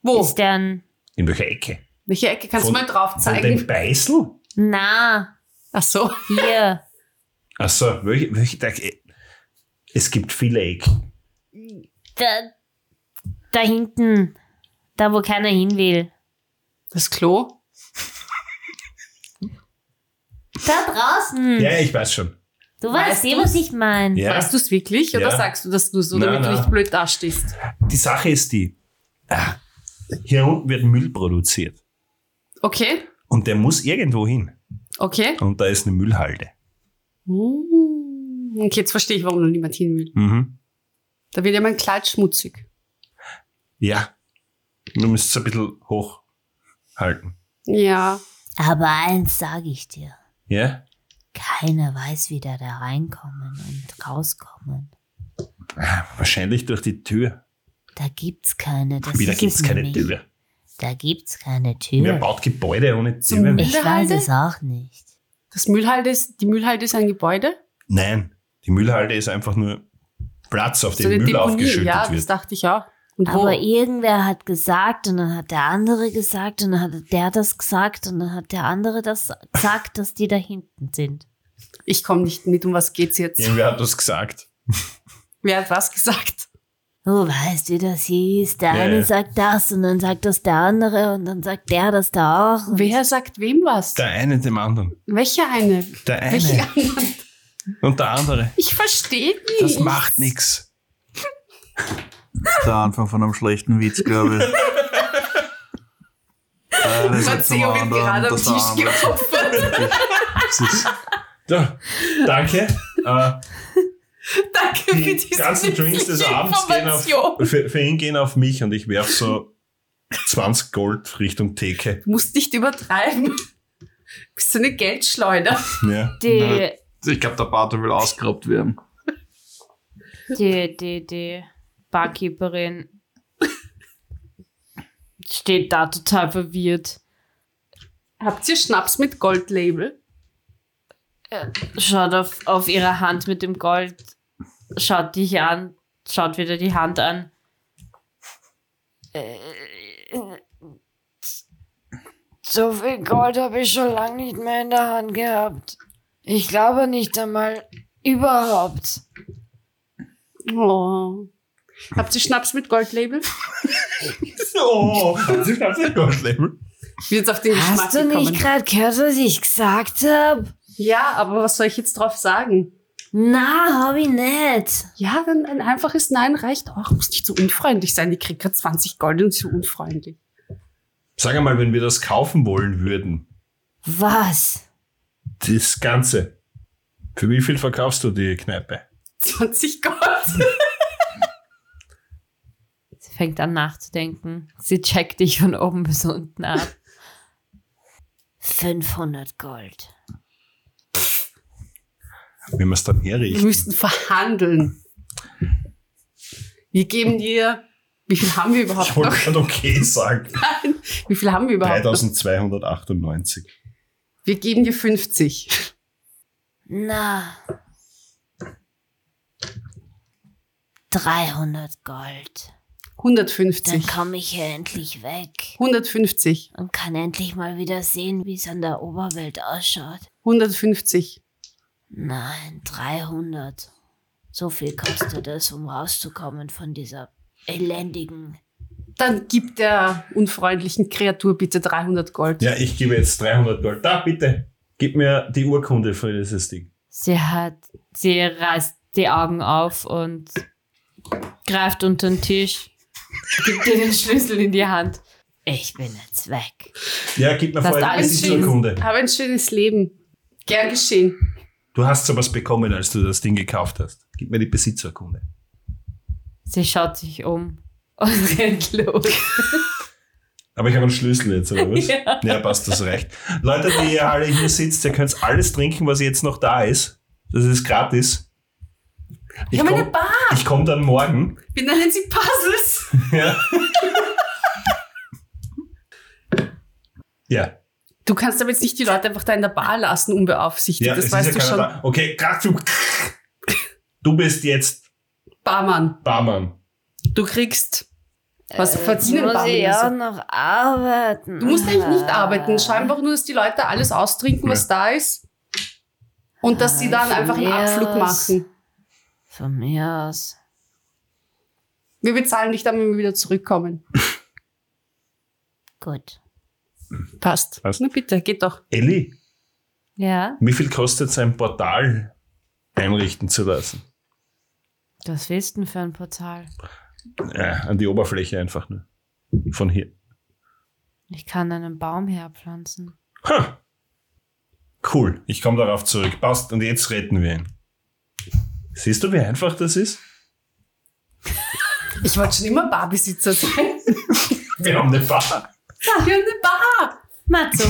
[SPEAKER 2] Wo?
[SPEAKER 3] Oh.
[SPEAKER 1] Ist der ein.
[SPEAKER 3] In welcher Ecke?
[SPEAKER 2] Welche Ecke kannst
[SPEAKER 3] Von-
[SPEAKER 2] du mal drauf
[SPEAKER 3] Von dem
[SPEAKER 2] zeigen?
[SPEAKER 3] Beißel?
[SPEAKER 1] Na,
[SPEAKER 2] Ach so.
[SPEAKER 1] hier.
[SPEAKER 3] Achso, welche, welche da, äh, Es gibt viele Ecken.
[SPEAKER 1] da, da hinten. Da, wo keiner hin will.
[SPEAKER 2] Das Klo?
[SPEAKER 1] Da draußen.
[SPEAKER 3] Ja, ich weiß schon.
[SPEAKER 1] Du weißt
[SPEAKER 2] Weißt
[SPEAKER 1] eh, was
[SPEAKER 2] du's?
[SPEAKER 1] ich meine.
[SPEAKER 3] Ja.
[SPEAKER 2] Weißt du es wirklich oder
[SPEAKER 3] Ja.
[SPEAKER 2] sagst du das nur so,
[SPEAKER 3] Na,
[SPEAKER 2] damit
[SPEAKER 3] na.
[SPEAKER 2] du nicht blöd dastehst?
[SPEAKER 3] Die Sache ist die, ah, hier unten wird Müll produziert
[SPEAKER 2] Okay,
[SPEAKER 3] und der muss irgendwo hin.
[SPEAKER 2] okay.
[SPEAKER 3] Und da ist eine Müllhalde.
[SPEAKER 2] Mhm. Okay, jetzt verstehe ich, warum noch niemand hin will.
[SPEAKER 3] Mhm.
[SPEAKER 2] Da wird ja mein Kleid schmutzig.
[SPEAKER 3] Ja, du müsst es ein bisschen hochhalten.
[SPEAKER 2] Ja.
[SPEAKER 1] Aber eins sage ich dir.
[SPEAKER 3] Ja?
[SPEAKER 1] Keiner weiß, wie da da reinkommen und rauskommen.
[SPEAKER 3] Wahrscheinlich durch die Tür.
[SPEAKER 1] Da gibt's keine. Das
[SPEAKER 3] Wieder
[SPEAKER 1] ist
[SPEAKER 3] gibt es
[SPEAKER 1] es
[SPEAKER 3] keine
[SPEAKER 1] nämlich.
[SPEAKER 3] Tür.
[SPEAKER 1] Da gibt's keine
[SPEAKER 3] Wer
[SPEAKER 1] Tür.
[SPEAKER 3] baut Gebäude ohne
[SPEAKER 2] Zum
[SPEAKER 3] Tür?
[SPEAKER 2] Müll-
[SPEAKER 1] Ich weiß
[SPEAKER 2] Müllhalde?
[SPEAKER 1] es auch nicht.
[SPEAKER 2] Das Müllhalde ist, die Müllhalde ist ein Gebäude?
[SPEAKER 3] Nein, die Müllhalde ist einfach nur Platz, auf dem Müll aufgeschüttet
[SPEAKER 2] Also ja, das
[SPEAKER 3] wird.
[SPEAKER 2] dachte ich auch. Und wo?
[SPEAKER 1] Aber irgendwer hat gesagt und dann hat der andere gesagt und dann hat der das gesagt und dann hat der andere das gesagt, dass die da hinten sind.
[SPEAKER 2] Ich komme nicht mit, um was geht's jetzt?
[SPEAKER 3] Irgendwer hat das gesagt.
[SPEAKER 2] Wer hat was gesagt?
[SPEAKER 1] Du Oh, weißt, wie das hieß. Der
[SPEAKER 3] Ja,
[SPEAKER 1] eine
[SPEAKER 3] ja.
[SPEAKER 1] sagt das und dann sagt das der andere und dann sagt der das da auch. Und
[SPEAKER 2] Wer sagt wem was?
[SPEAKER 3] Der eine dem anderen.
[SPEAKER 2] Welcher eine?
[SPEAKER 3] Der
[SPEAKER 2] Welche
[SPEAKER 3] eine
[SPEAKER 2] andere?
[SPEAKER 3] und der andere.
[SPEAKER 2] Ich verstehe nicht.
[SPEAKER 3] Das macht nichts.
[SPEAKER 4] Der Anfang von einem schlechten Witz,
[SPEAKER 2] [LAUGHS]
[SPEAKER 4] glaube ich. Äh, das
[SPEAKER 2] Mein
[SPEAKER 4] hat zum
[SPEAKER 2] Zeo wird
[SPEAKER 4] anderen,
[SPEAKER 2] gerade am
[SPEAKER 4] das war
[SPEAKER 2] Tisch
[SPEAKER 4] andere.
[SPEAKER 3] [LAUGHS]
[SPEAKER 2] geopfert.
[SPEAKER 4] [LAUGHS] Das ist-
[SPEAKER 3] Ja, danke. äh,
[SPEAKER 2] Danke [LAUGHS] für
[SPEAKER 3] die
[SPEAKER 2] diese
[SPEAKER 3] ganzen Drinks des
[SPEAKER 2] nützliche
[SPEAKER 3] Abends gehen auf,
[SPEAKER 2] Information.
[SPEAKER 3] für, für ihn gehen auf mich und ich werf so 20 Gold Richtung Theke.
[SPEAKER 2] Du musst nicht übertreiben. Bist du eine Geldschleuder?
[SPEAKER 3] Ja.
[SPEAKER 1] Die,
[SPEAKER 4] Also Ich glaube, der Bartel will ausgeraubt werden.
[SPEAKER 1] die, die, die Barkeeperin steht da total verwirrt.
[SPEAKER 2] Habt ihr Schnaps mit Goldlabel?
[SPEAKER 1] Schaut auf, auf ihre Hand mit dem Gold, schaut dich an, schaut wieder die Hand an. Äh,
[SPEAKER 5] So viel Gold habe ich schon lange nicht mehr in der Hand gehabt. Ich glaube nicht einmal überhaupt.
[SPEAKER 2] Oh. Habt ihr Schnaps mit Goldlabel?
[SPEAKER 3] [LAUGHS] Oh, sie schreibt ein Goldlabel.
[SPEAKER 2] Ich bin jetzt auf den Geschmack
[SPEAKER 5] Hast du
[SPEAKER 2] gekommen.
[SPEAKER 5] nicht gerade gehört, was ich gesagt habe?
[SPEAKER 2] ja, aber was soll ich jetzt drauf sagen?
[SPEAKER 1] Na, hab ich nicht.
[SPEAKER 2] Ja, dann ein einfaches Nein reicht auch. Muss nicht so unfreundlich sein. Die kriegt gerade 20 Gold und ist so unfreundlich. [LAUGHS]
[SPEAKER 3] Sag einmal, wenn wir das kaufen wollen würden,
[SPEAKER 1] Was?
[SPEAKER 3] das Ganze. Für wie viel verkaufst du die Kneipe?
[SPEAKER 2] 20 Gold?
[SPEAKER 1] Sie fängt an nachzudenken. Sie checkt dich von oben bis unten ab. 500 Gold.
[SPEAKER 3] Wenn wir es dann
[SPEAKER 2] Wir
[SPEAKER 3] herrichten.
[SPEAKER 2] müssten verhandeln. Wir geben dir. Wie viel haben wir überhaupt
[SPEAKER 3] Ich wollte
[SPEAKER 2] noch?
[SPEAKER 3] gerade okay sagen.
[SPEAKER 2] Wie viel haben wir überhaupt noch?
[SPEAKER 3] 3298.
[SPEAKER 2] Wir geben dir 50.
[SPEAKER 1] Na. 300 Gold. Dann
[SPEAKER 2] 150.
[SPEAKER 1] komme ich hier endlich weg
[SPEAKER 2] 150.
[SPEAKER 1] und kann endlich mal wieder sehen, wie es an der Oberwelt ausschaut.
[SPEAKER 2] 150.
[SPEAKER 1] Nein, 300. So viel kostet es, um rauszukommen von dieser elendigen.
[SPEAKER 2] Dann gib der unfreundlichen Kreatur bitte 300 Gold.
[SPEAKER 3] Ja, ich gebe jetzt 300 Gold. Da, bitte. Gib mir die Urkunde für dieses Ding.
[SPEAKER 1] Sie hat, sie reißt die Augen auf und greift unter den Tisch, gibt dir den Schlüssel in die Hand. Ich bin jetzt weg.
[SPEAKER 3] Ja, gib mir
[SPEAKER 1] Das
[SPEAKER 3] vorher
[SPEAKER 1] alles
[SPEAKER 3] die Urkunde.
[SPEAKER 2] Habe ein schönes Leben. Gern geschehen.
[SPEAKER 3] Du hast sowas bekommen, als du das Ding gekauft hast. Gib mir die Besitzurkunde.
[SPEAKER 1] Sie schaut sich um und [LAUGHS] rennt los.
[SPEAKER 3] Aber ich habe einen Schlüssel jetzt,
[SPEAKER 2] [LAUGHS]
[SPEAKER 3] oder was? ja. passt, das reicht. Leute, die ihr alle hier sitzt, ihr könnt alles trinken, was jetzt noch da ist. Das ist gratis.
[SPEAKER 2] Ich habe eine
[SPEAKER 3] komme
[SPEAKER 2] Bar.
[SPEAKER 3] komm dann morgen.
[SPEAKER 2] Wir nennen sie Puzzles.
[SPEAKER 3] Ja. ja.
[SPEAKER 2] Du kannst aber jetzt nicht die Leute einfach da in der Bar lassen, unbeaufsichtigt.
[SPEAKER 3] ja, es
[SPEAKER 2] das
[SPEAKER 3] ist
[SPEAKER 2] weißt
[SPEAKER 3] ja
[SPEAKER 2] du
[SPEAKER 3] keiner
[SPEAKER 2] schon.
[SPEAKER 3] Da. Okay, grad du. Du bist jetzt
[SPEAKER 2] Barmann.
[SPEAKER 3] Barmann.
[SPEAKER 2] Du kriegst. Was verdienen
[SPEAKER 5] muss ich ja
[SPEAKER 2] Barmänner?
[SPEAKER 5] noch arbeiten.
[SPEAKER 2] so? Du musst eigentlich nicht arbeiten. Schau einfach nur, dass die Leute alles austrinken, was da ist. Und dass sie dann
[SPEAKER 5] Ah,
[SPEAKER 2] einfach einen
[SPEAKER 5] von mir
[SPEAKER 2] Abflug
[SPEAKER 5] aus.
[SPEAKER 2] machen.
[SPEAKER 5] Von mir aus.
[SPEAKER 2] Wir bezahlen dich dann, wenn wir wieder zurückkommen.
[SPEAKER 1] Gut.
[SPEAKER 2] Passt.
[SPEAKER 3] Passt.
[SPEAKER 2] Na bitte, geht doch.
[SPEAKER 3] Elli,
[SPEAKER 1] Ja,
[SPEAKER 3] wie viel kostet es, ein Portal einrichten zu lassen?
[SPEAKER 1] was willst du denn für ein Portal?
[SPEAKER 3] Ja, an die Oberfläche einfach nur. Von hier.
[SPEAKER 1] Ich kann einen Baum herpflanzen.
[SPEAKER 3] Ha. Cool, ich komme darauf zurück. Passt, und jetzt retten wir ihn. Siehst du, wie einfach das ist?
[SPEAKER 2] Ich wollte schon immer Barbesitzer sein.
[SPEAKER 3] Wir haben eine Bar.
[SPEAKER 2] Ja, wir haben eine Bar.
[SPEAKER 1] Matzo.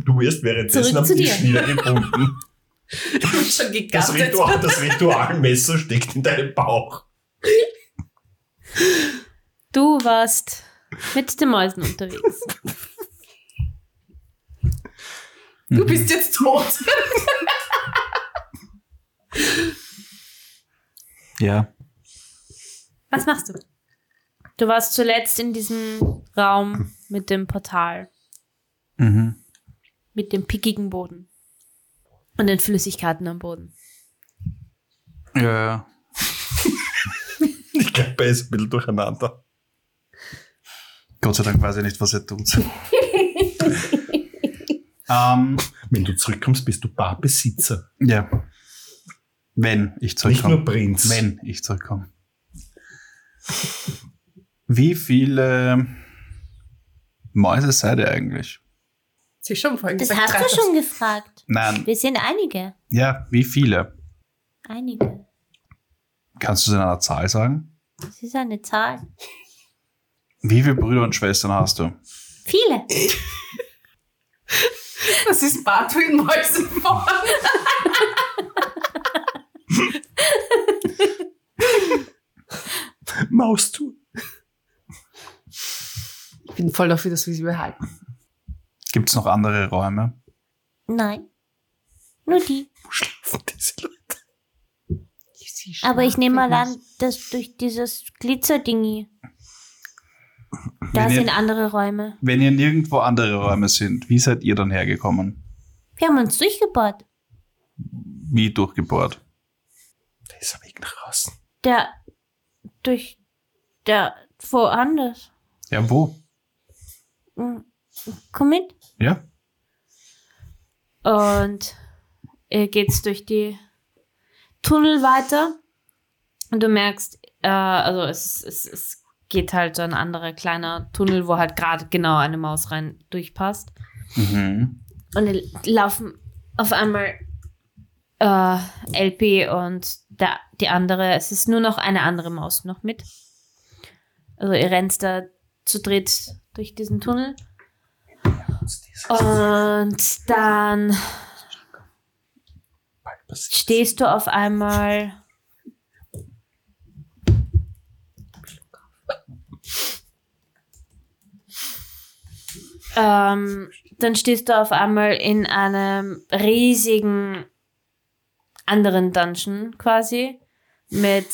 [SPEAKER 3] Du wirst währenddessen
[SPEAKER 1] Zurück
[SPEAKER 3] am
[SPEAKER 1] zu
[SPEAKER 3] Tisch
[SPEAKER 1] dir.
[SPEAKER 3] niedergebunden.
[SPEAKER 2] Ich bin schon
[SPEAKER 3] Das,
[SPEAKER 2] gegattet.
[SPEAKER 3] Ritual, das Ritualmesser steckt in deinem Bauch.
[SPEAKER 1] Du warst mit den Mäusen unterwegs.
[SPEAKER 2] Du bist jetzt tot. [LAUGHS]
[SPEAKER 4] Ja.
[SPEAKER 1] Was machst du? Du warst zuletzt in diesem Raum mit dem Portal,
[SPEAKER 4] Mhm.
[SPEAKER 1] mit dem pickigen Boden und den Flüssigkeiten am Boden.
[SPEAKER 4] Ja, ja.
[SPEAKER 3] Ich glaube, er ist ein bisschen durcheinander.
[SPEAKER 4] Gott sei Dank weiß ich nicht, was er tut. ähm,
[SPEAKER 3] [LAUGHS] Wenn du zurückkommst, bist du Barbesitzer.
[SPEAKER 4] ja. Wenn ich
[SPEAKER 3] Nicht nur
[SPEAKER 4] zurückkomme.
[SPEAKER 3] Prinz.
[SPEAKER 4] Wenn ich zurückkomme. Wie viele Mäuse seid ihr eigentlich?
[SPEAKER 2] Sie schon vorhin
[SPEAKER 1] Das
[SPEAKER 2] gesagt,
[SPEAKER 1] hast du
[SPEAKER 2] 3000.
[SPEAKER 1] schon gefragt.
[SPEAKER 4] Nein,
[SPEAKER 1] Wir sind einige.
[SPEAKER 4] ja, wie viele?
[SPEAKER 1] Einige.
[SPEAKER 4] Kannst du es in einer Zahl sagen?
[SPEAKER 1] Das ist eine Zahl.
[SPEAKER 4] Wie viele Brüder und Schwestern hast du?
[SPEAKER 1] Viele.
[SPEAKER 2] Das ist Bartu in Mäusenform.
[SPEAKER 3] Maustour.
[SPEAKER 2] Ich bin voll dafür, dass wir sie behalten.
[SPEAKER 4] Gibt es noch andere Räume?
[SPEAKER 6] Nein. Nur die. Aber ich nehme
[SPEAKER 2] genau.
[SPEAKER 6] mal an, dass durch dieses Glitzerdingi. Da
[SPEAKER 4] Wenn ihr-
[SPEAKER 6] sind andere Räume.
[SPEAKER 4] Wenn ihr nirgendwo andere Räume sind, wie seid ihr dann hergekommen?
[SPEAKER 6] Wir haben uns durchgebohrt.
[SPEAKER 4] Wie durchgebohrt?
[SPEAKER 3] Der ist ein Weg nach außen.
[SPEAKER 6] Der. Durch. Der. Woanders.
[SPEAKER 4] Ja, wo?
[SPEAKER 6] Hm. Komm mit.
[SPEAKER 4] Ja?
[SPEAKER 1] Und
[SPEAKER 5] äh, geht's durch die Tunnel weiter und du merkst, äh, also es, es, es geht halt so ein anderer kleiner Tunnel, wo halt gerade genau eine Maus rein durchpasst.
[SPEAKER 4] Mhm.
[SPEAKER 5] Und die laufen auf einmal äh, LP und der, die andere, es ist nur noch eine andere Maus noch mit. Also ihr rennt da zu dritt durch diesen Tunnel. Und dann stehst du auf einmal ähm, dann stehst du auf einmal in einem riesigen anderen Dungeon quasi mit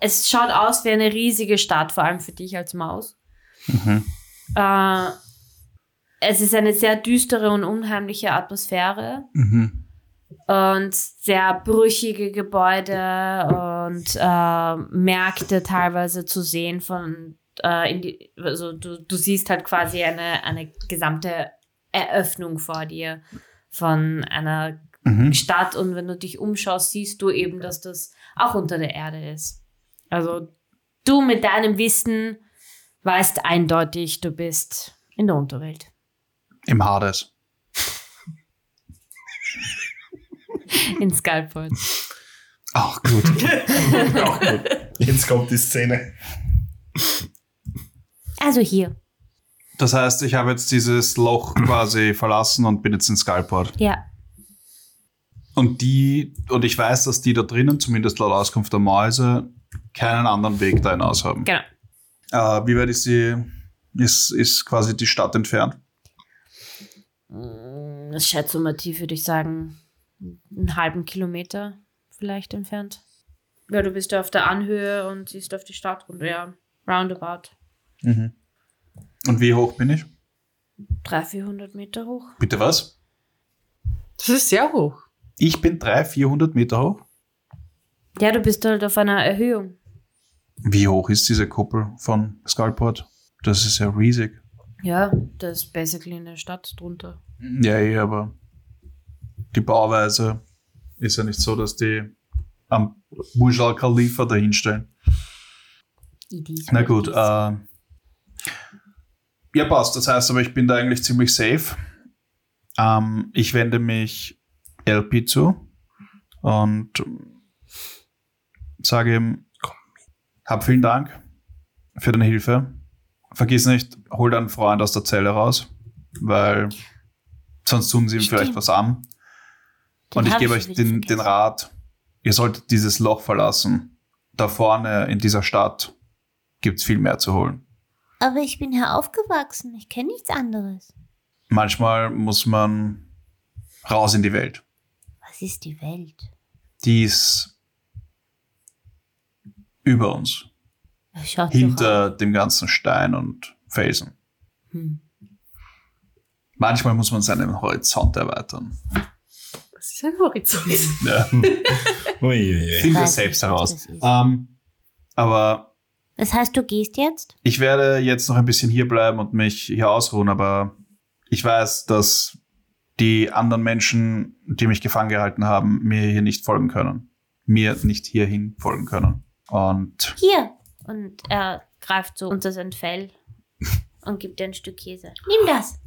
[SPEAKER 5] es schaut aus wie eine riesige Stadt vor allem für dich als Maus
[SPEAKER 4] Mhm.
[SPEAKER 5] äh, es ist eine sehr düstere und unheimliche Atmosphäre
[SPEAKER 4] Mhm.
[SPEAKER 5] und sehr brüchige Gebäude und äh, Märkte teilweise zu sehen von äh, in die, also du, du siehst halt quasi eine, eine gesamte Eröffnung vor dir von einer
[SPEAKER 4] Mhm.
[SPEAKER 5] Stadt und wenn du dich umschaust, siehst du eben, dass das auch unter der Erde ist. Also du mit deinem Wissen weißt eindeutig, du bist in der Unterwelt.
[SPEAKER 4] Im Hades.
[SPEAKER 5] In Skullpoint.
[SPEAKER 4] Ach, gut.
[SPEAKER 3] Auch gut. Jetzt kommt die Szene.
[SPEAKER 5] Also hier.
[SPEAKER 4] [LAUGHS] Das heißt, ich habe jetzt dieses Loch quasi verlassen und bin jetzt in Skyport.
[SPEAKER 5] Ja.
[SPEAKER 4] Und die, und ich weiß, dass die da drinnen, zumindest laut Auskunft der Mäuse, keinen anderen Weg da hinaus haben.
[SPEAKER 5] Genau.
[SPEAKER 4] Äh, wie weit ist die, ist, ist quasi die Stadt entfernt?
[SPEAKER 5] Mm, Schätze mal tief, würde ich sagen, einen halben Kilometer vielleicht entfernt. Ja, du bist ja auf der Anhöhe und siehst auf die Stadt runter. Ja, roundabout.
[SPEAKER 4] Und wie hoch bin ich?
[SPEAKER 5] 300, 400 Meter hoch.
[SPEAKER 4] Bitte was?
[SPEAKER 2] Das ist sehr hoch.
[SPEAKER 4] Ich bin 300, 400 Meter hoch.
[SPEAKER 5] Ja, du bist halt auf einer Erhöhung.
[SPEAKER 4] Wie hoch ist diese Kuppel von Skullport? Das ist ja riesig.
[SPEAKER 5] Ja, das ist basically eine Stadt drunter.
[SPEAKER 4] Ja, eh, aber die Bauweise ist ja nicht so, dass die am Burj Al Khalifa dahinstellen. Na gut, äh, ja passt. Das heißt aber, ich bin da eigentlich ziemlich safe. Ähm, ich wende mich LP zu und sage ihm, hab vielen Dank für deine Hilfe. Vergiss nicht, hol deinen Freund aus der Zelle raus, weil sonst tun sie ihm
[SPEAKER 5] Stimmt.
[SPEAKER 4] vielleicht was an.
[SPEAKER 5] Den
[SPEAKER 4] und ich
[SPEAKER 5] hab
[SPEAKER 4] gebe
[SPEAKER 5] ich
[SPEAKER 4] euch den,
[SPEAKER 5] vergessen.
[SPEAKER 4] den Rat, ihr solltet dieses Loch verlassen. Da vorne in dieser Stadt gibt es viel mehr zu holen.
[SPEAKER 1] Aber ich bin hier aufgewachsen. Ich kenne nichts anderes.
[SPEAKER 4] Manchmal muss man raus in die Welt.
[SPEAKER 1] Was ist die Welt?
[SPEAKER 4] Die ist über uns,
[SPEAKER 1] Schaut doch
[SPEAKER 4] hinter dem ganzen Stein und Felsen.
[SPEAKER 5] Hm.
[SPEAKER 4] Manchmal muss man seinen Horizont erweitern.
[SPEAKER 2] Das ist ein Horizont.
[SPEAKER 4] Ja,
[SPEAKER 3] Uiuiui.
[SPEAKER 4] finden wir
[SPEAKER 1] weiß
[SPEAKER 4] selbst
[SPEAKER 1] nicht, was
[SPEAKER 4] heraus.
[SPEAKER 1] das ist.
[SPEAKER 4] Ähm, aber
[SPEAKER 1] Das heißt, du gehst jetzt?
[SPEAKER 4] Ich werde jetzt noch ein bisschen hier bleiben und mich hier ausruhen, aber ich weiß, dass die anderen Menschen, die mich gefangen gehalten haben, mir hier nicht folgen können. Mir nicht hierhin folgen können. Und
[SPEAKER 1] Hier,
[SPEAKER 5] Und er greift so unter sein Fell [LAUGHS] und gibt dir ein Stück Käse.
[SPEAKER 1] nimm das.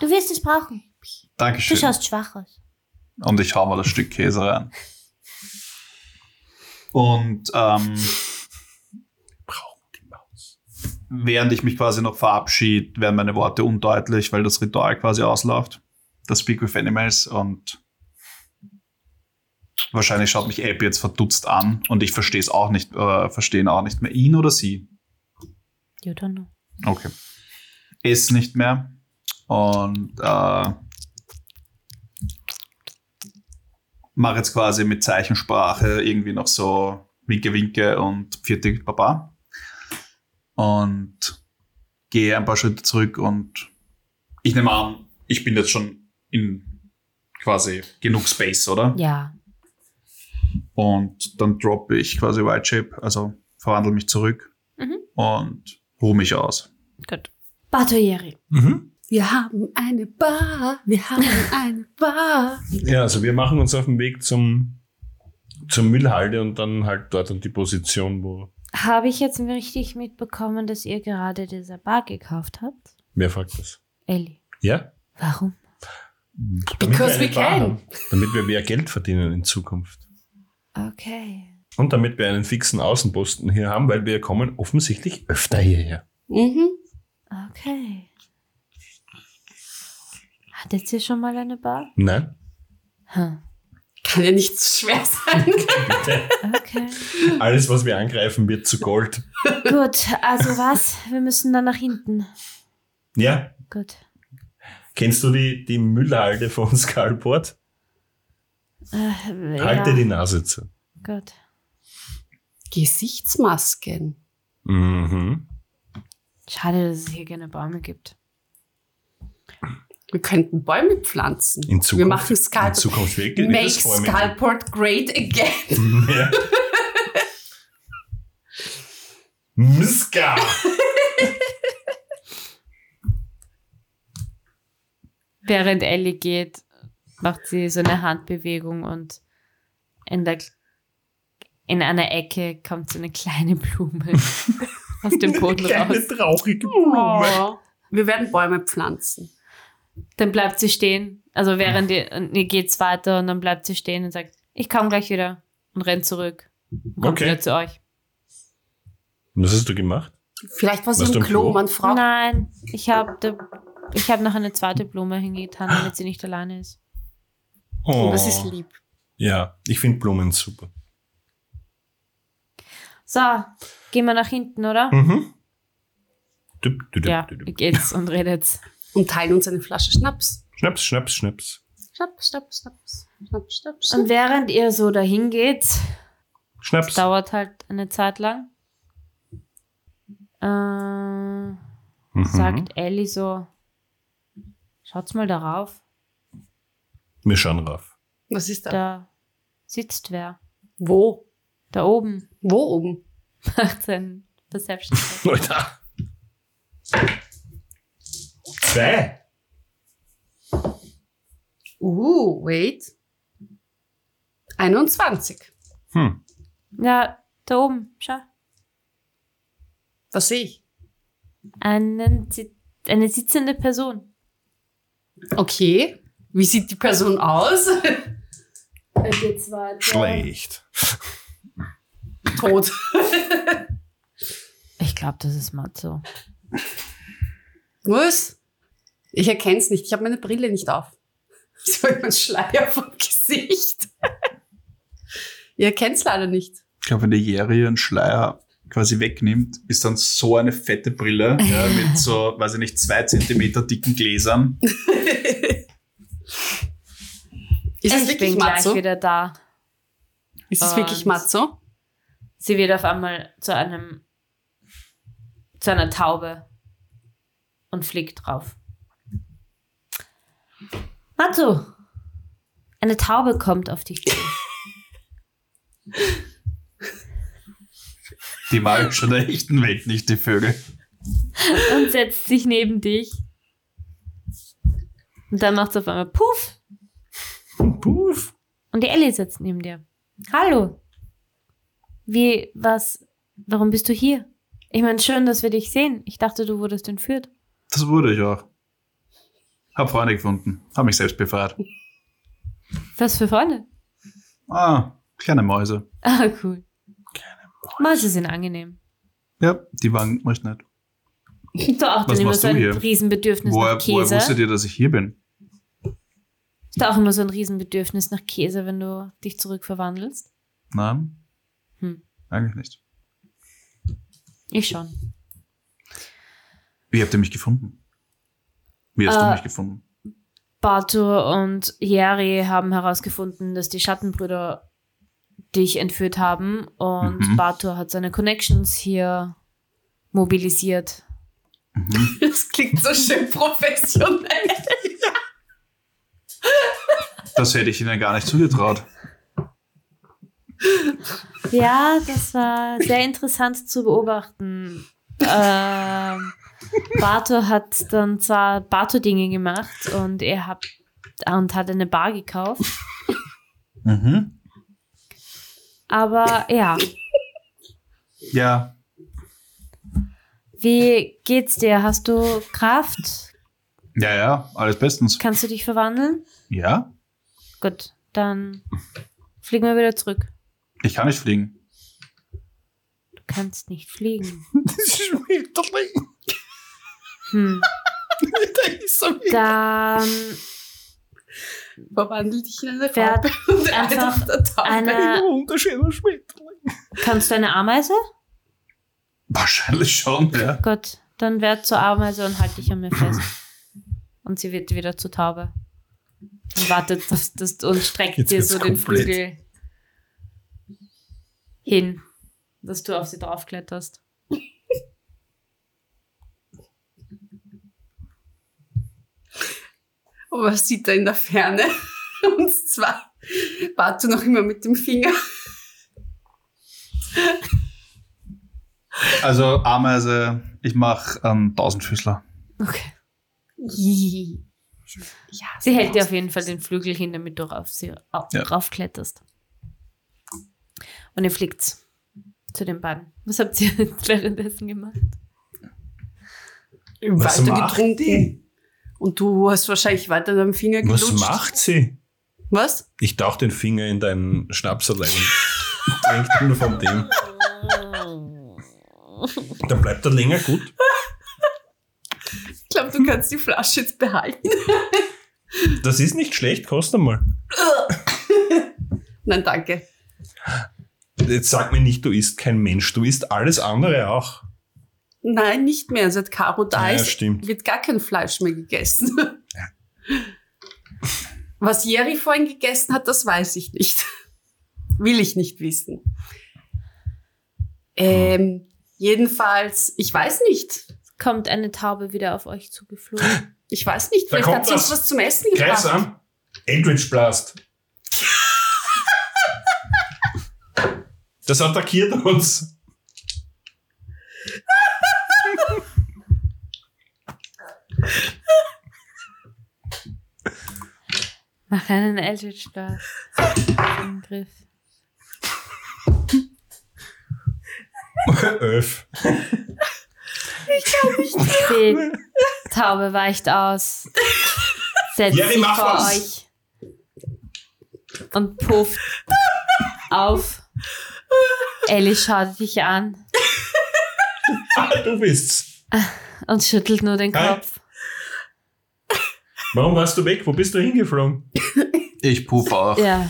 [SPEAKER 1] Du wirst es brauchen. Du
[SPEAKER 4] Dankeschön.
[SPEAKER 1] schaust schwach aus.
[SPEAKER 4] Und ich hau mal das Stück Käse rein. Und ähm, während ich mich quasi noch verabschiede, werden meine Worte undeutlich, weil das Ritual quasi ausläuft. Das Speak with Animals und wahrscheinlich schaut mich App jetzt verdutzt an und ich verstehe es auch nicht, äh, verstehen auch nicht mehr ihn oder sie.
[SPEAKER 5] You don't know.
[SPEAKER 4] Okay. Ist nicht mehr. Und äh, mache jetzt quasi mit Zeichensprache irgendwie noch so Winke, Winke und Viertig, Baba. Und gehe ein paar Schritte zurück und ich nehme an, ich bin jetzt schon in quasi genug Space, oder?
[SPEAKER 5] Ja.
[SPEAKER 4] Und dann droppe ich quasi White Shape, also verwandle mich zurück
[SPEAKER 5] Mhm.
[SPEAKER 4] und ruhe mich aus.
[SPEAKER 5] Batoyeri.
[SPEAKER 3] Mhm.
[SPEAKER 2] [LAUGHS] Wir haben eine Bar, wir haben [LAUGHS] eine Bar.
[SPEAKER 3] Ja, also wir machen uns auf den Weg zum, zur Müllhalde und dann halt dort an die Position, wo
[SPEAKER 5] Habe ich jetzt richtig mitbekommen, dass ihr gerade dieser Bar gekauft habt?
[SPEAKER 3] wer fragt das?
[SPEAKER 5] Ellie,
[SPEAKER 3] Ja?
[SPEAKER 5] warum?
[SPEAKER 3] Damit wir
[SPEAKER 2] Because
[SPEAKER 3] eine
[SPEAKER 2] we
[SPEAKER 3] Bar
[SPEAKER 2] can.
[SPEAKER 3] haben, damit wir mehr Geld verdienen in Zukunft.
[SPEAKER 5] Okay.
[SPEAKER 3] Und damit wir einen fixen Außenposten hier haben, weil wir kommen offensichtlich öfter hierher.
[SPEAKER 2] Mhm.
[SPEAKER 5] Okay. Hattet ihr schon mal eine Bar?
[SPEAKER 3] Nein?
[SPEAKER 5] Hm.
[SPEAKER 2] Kann ja nicht so schwer sein.
[SPEAKER 3] Bitte.
[SPEAKER 5] Okay.
[SPEAKER 3] Alles, was wir angreifen, wird zu Gold.
[SPEAKER 5] Gut, also was? Wir müssen dann nach hinten.
[SPEAKER 3] Ja?
[SPEAKER 5] Gut.
[SPEAKER 3] Kennst du die, die Müllhalde von Skalport?
[SPEAKER 5] Äh,
[SPEAKER 3] Halte
[SPEAKER 5] ja.
[SPEAKER 3] Halt die Nase zu.
[SPEAKER 5] Gut.
[SPEAKER 2] Gesichtsmasken.
[SPEAKER 3] Mhm.
[SPEAKER 5] Schade, dass es hier keine Bäume gibt.
[SPEAKER 2] Wir könnten Bäume pflanzen.
[SPEAKER 3] In Zukunft.
[SPEAKER 2] wir machen
[SPEAKER 3] In
[SPEAKER 2] Skalport.
[SPEAKER 3] Zukunft weg. wird
[SPEAKER 2] Make
[SPEAKER 3] es Bäume
[SPEAKER 2] Skalport great again.
[SPEAKER 3] geben. [LAUGHS] Ja. Miska!
[SPEAKER 5] Während Ellie geht, macht sie so eine Handbewegung und in, der, in einer Ecke kommt so eine
[SPEAKER 3] [LAUGHS]
[SPEAKER 5] kleine Blume aus dem Boden raus.
[SPEAKER 3] Kleine traurige Blume.
[SPEAKER 2] [LAUGHS] Oh. Wir werden Bäume pflanzen.
[SPEAKER 5] Dann bleibt sie stehen. Also während ihr, und ihr geht's weiter und dann bleibt sie stehen und sagt, ich komme gleich wieder und rennt zurück. Und kommt
[SPEAKER 3] Okay.
[SPEAKER 5] wieder zu euch.
[SPEAKER 3] Was hast du gemacht?
[SPEAKER 2] Vielleicht war sie
[SPEAKER 3] Warst
[SPEAKER 2] im
[SPEAKER 3] du im
[SPEAKER 2] Klo,
[SPEAKER 3] Klo?
[SPEAKER 2] man fragt.
[SPEAKER 5] Nein, ich habe ich hab noch eine zweite Blume hingetan, damit sie nicht alleine ist.
[SPEAKER 2] Oh, Das ist lieb.
[SPEAKER 3] Ja, ich finde Blumen super.
[SPEAKER 5] So, gehen wir nach hinten, oder?
[SPEAKER 3] Mhm. Düpp, düpp,
[SPEAKER 5] Ja,
[SPEAKER 3] düpp,
[SPEAKER 5] ihr
[SPEAKER 3] düpp.
[SPEAKER 5] geht's und redet's.
[SPEAKER 2] Und teilen uns eine Flasche Schnaps.
[SPEAKER 3] Schnaps, Schnaps, Schnaps.
[SPEAKER 2] Schnaps, Schnaps, Schnaps. Schnaps, Schnaps.
[SPEAKER 5] Und
[SPEAKER 2] Schnaps.
[SPEAKER 5] während ihr so dahin geht,
[SPEAKER 3] Schnaps.
[SPEAKER 5] das dauert halt eine Zeit lang, äh,
[SPEAKER 3] Mhm.
[SPEAKER 5] sagt Ellie so, schaut's mal darauf,
[SPEAKER 3] Wir schauen rauf.
[SPEAKER 2] Was ist da?
[SPEAKER 5] da sitzt wer.
[SPEAKER 2] Wo?
[SPEAKER 5] Da oben
[SPEAKER 2] Wo oben?
[SPEAKER 5] macht sein Perception. Check.
[SPEAKER 3] Alter. Zwei.
[SPEAKER 2] Uh, wait. 21.
[SPEAKER 3] Hm.
[SPEAKER 5] [LAUGHS] Ja, da oben, schau.
[SPEAKER 2] Was sehe ich?
[SPEAKER 5] Einen, sit- eine sitzende Person.
[SPEAKER 2] Okay. Wie sieht die Person aus? [LAUGHS] Äh,
[SPEAKER 3] Schlecht.
[SPEAKER 2] Tot.
[SPEAKER 5] Ich glaube, das ist Matzo.
[SPEAKER 2] Was? Ich erkenne es nicht. Ich habe meine Brille nicht auf. [LAUGHS] Ich habe einen Schleier vom Gesicht. [LAUGHS] Ihr erkennt es leider nicht.
[SPEAKER 4] Ich glaube, wenn der Jerry ihren Schleier quasi wegnimmt, ist dann so eine fette Brille ja,
[SPEAKER 5] [LAUGHS]
[SPEAKER 4] mit so, weiß ich nicht, zwei Zentimeter dicken Gläsern.
[SPEAKER 2] Ist es
[SPEAKER 5] ich
[SPEAKER 2] wirklich
[SPEAKER 5] bin gleich
[SPEAKER 2] Matzo?
[SPEAKER 5] wieder da.
[SPEAKER 2] Ist es
[SPEAKER 5] Und-
[SPEAKER 2] wirklich Matzo?
[SPEAKER 5] Sie wird auf einmal zu einem zu einer Taube und fliegt drauf. Matsu, eine Taube kommt auf dich zu.
[SPEAKER 4] Die mag schon der echten Welt nicht, die Vögel.
[SPEAKER 5] [LAUGHS] und setzt sich neben dich. Und dann macht es auf einmal Puff
[SPEAKER 3] Puff.
[SPEAKER 5] und die Ellie sitzt neben dir. Hallo. Wie, was, warum bist du hier? Ich meine, schön, dass wir dich sehen. Ich dachte, du wurdest entführt.
[SPEAKER 4] Das wurde ich auch. Hab Freunde gefunden, hab mich selbst befreit.
[SPEAKER 5] Was für Freunde. [LAUGHS]
[SPEAKER 4] Ah, kleine Mäuse.
[SPEAKER 5] Ah, cool. Mäuse sind angenehm.
[SPEAKER 4] Ja, die waren recht nett.
[SPEAKER 5] Du
[SPEAKER 4] Was
[SPEAKER 5] auch dann immer
[SPEAKER 4] machst
[SPEAKER 5] so
[SPEAKER 4] du
[SPEAKER 5] ein
[SPEAKER 4] hier?
[SPEAKER 5] Riesenbedürfnis
[SPEAKER 4] Woher,
[SPEAKER 5] nach
[SPEAKER 4] woher
[SPEAKER 5] Käse.
[SPEAKER 4] wusstet ihr, dass ich hier bin?
[SPEAKER 5] Hast du auch immer so ein Riesenbedürfnis nach Käse, wenn du dich zurückverwandelst?
[SPEAKER 4] Nein,
[SPEAKER 5] Hm.
[SPEAKER 4] eigentlich nicht.
[SPEAKER 5] Ich schon.
[SPEAKER 4] Wie habt ihr mich gefunden? Wie hast
[SPEAKER 5] Äh,
[SPEAKER 4] du mich gefunden?
[SPEAKER 5] Bartur und Yeri haben herausgefunden, dass die Schattenbrüder dich entführt haben und
[SPEAKER 4] Mhm.
[SPEAKER 5] Bartur hat seine Connections hier mobilisiert.
[SPEAKER 4] Mhm.
[SPEAKER 2] Das klingt so schön professionell.
[SPEAKER 4] Das hätte ich ihnen gar nicht zugetraut.
[SPEAKER 5] [LAUGHS] Ja, das war sehr interessant zu beobachten. ähm, Barto hat dann zwar Barto-Dinge gemacht und er hat, und hat eine Bar gekauft.
[SPEAKER 4] Mhm.
[SPEAKER 5] Aber ja,
[SPEAKER 4] Ja,
[SPEAKER 5] wie geht's dir? Hast du Kraft?
[SPEAKER 4] ja, ja, alles bestens.
[SPEAKER 5] Kannst du dich verwandeln?
[SPEAKER 4] Ja,
[SPEAKER 5] Gut, dann fliegen wir wieder zurück.
[SPEAKER 4] ich kann nicht fliegen.
[SPEAKER 5] Du kannst nicht fliegen.
[SPEAKER 3] [LAUGHS]
[SPEAKER 5] Hm. Dann
[SPEAKER 2] Verwandel dich in eine
[SPEAKER 5] Wer-
[SPEAKER 2] Farbe [LAUGHS] und
[SPEAKER 5] einfach
[SPEAKER 2] einfach der Tafel.
[SPEAKER 5] eine,
[SPEAKER 4] Wunderschöner Schmetterling.
[SPEAKER 5] kannst du eine Ameise?
[SPEAKER 4] Wahrscheinlich schon, ja.
[SPEAKER 5] Gut, dann werd zur Ameise und halt dich an mir fest. Und sie wird wieder zur Taube. Und wartet dass, dass, und streckt
[SPEAKER 3] Jetzt
[SPEAKER 5] dir
[SPEAKER 3] wird's
[SPEAKER 5] so den
[SPEAKER 3] komplett.
[SPEAKER 5] Flügel hin, dass du auf sie draufkletterst.
[SPEAKER 2] Und was sieht er in der Ferne? [LAUGHS] Und zwar warte noch immer mit dem Finger.
[SPEAKER 4] Also Ameise, ich mache einen Tausendfüßler.
[SPEAKER 5] Okay.
[SPEAKER 2] Ja,
[SPEAKER 5] Sie hält dir auf jeden Fall den Flügel hin, damit du auf sie au-
[SPEAKER 4] Ja.
[SPEAKER 5] raufkletterst. Und ihr fliegt zu den beiden. Was habt ihr [LAUGHS] jetzt währenddessen gemacht?
[SPEAKER 3] Was
[SPEAKER 2] weiter
[SPEAKER 3] macht
[SPEAKER 2] getrunken.
[SPEAKER 3] die?
[SPEAKER 2] Und du hast wahrscheinlich weiter deinen Finger
[SPEAKER 3] Was
[SPEAKER 2] gelutscht.
[SPEAKER 3] macht sie?
[SPEAKER 2] Was?
[SPEAKER 3] Ich tauche den Finger in deinen Schnaps allein und trink nur von dem. Dann bleibt er länger gut.
[SPEAKER 2] Ich glaube, du kannst die Flasche jetzt behalten. [LAUGHS]
[SPEAKER 3] Das ist nicht schlecht, kostet mal.
[SPEAKER 2] Nein, danke.
[SPEAKER 3] Jetzt sag mir nicht, du isst kein Mensch, du isst alles andere auch.
[SPEAKER 2] Nein, nicht mehr. Seit Caro da
[SPEAKER 3] Ja,
[SPEAKER 2] ist,
[SPEAKER 3] stimmt.
[SPEAKER 2] wird gar kein Fleisch mehr
[SPEAKER 3] [LAUGHS]
[SPEAKER 2] gegessen. [LAUGHS] Was Jerry vorhin gegessen hat, das weiß ich nicht. [LAUGHS] Will ich nicht wissen.
[SPEAKER 3] Hm.
[SPEAKER 2] Ähm, jedenfalls, ich weiß nicht.
[SPEAKER 5] Kommt eine Taube wieder auf euch zugeflogen?
[SPEAKER 2] Ich weiß nicht.
[SPEAKER 3] Da
[SPEAKER 2] Vielleicht
[SPEAKER 3] kommt
[SPEAKER 2] hat sie uns
[SPEAKER 3] was.
[SPEAKER 2] was zum Essen
[SPEAKER 3] Greif's
[SPEAKER 2] gebracht.
[SPEAKER 3] an. Eldritch Blast. Das attackiert uns.
[SPEAKER 5] [LAUGHS]
[SPEAKER 3] [LAUGHS]
[SPEAKER 5] Mach einen Eldritch Blast. Angriff.
[SPEAKER 3] Öff.
[SPEAKER 5] Die Taube weicht aus, setzt
[SPEAKER 3] Jerry,
[SPEAKER 5] sich vor
[SPEAKER 3] mach was.
[SPEAKER 5] euch und pufft auf. Ellie schaut dich an
[SPEAKER 3] Ah, du bist's.
[SPEAKER 5] und schüttelt nur den
[SPEAKER 3] Hi.
[SPEAKER 5] Kopf.
[SPEAKER 3] Warum warst du weg? Wo bist du hingeflogen?
[SPEAKER 4] Ich puffe auch.
[SPEAKER 5] Ja,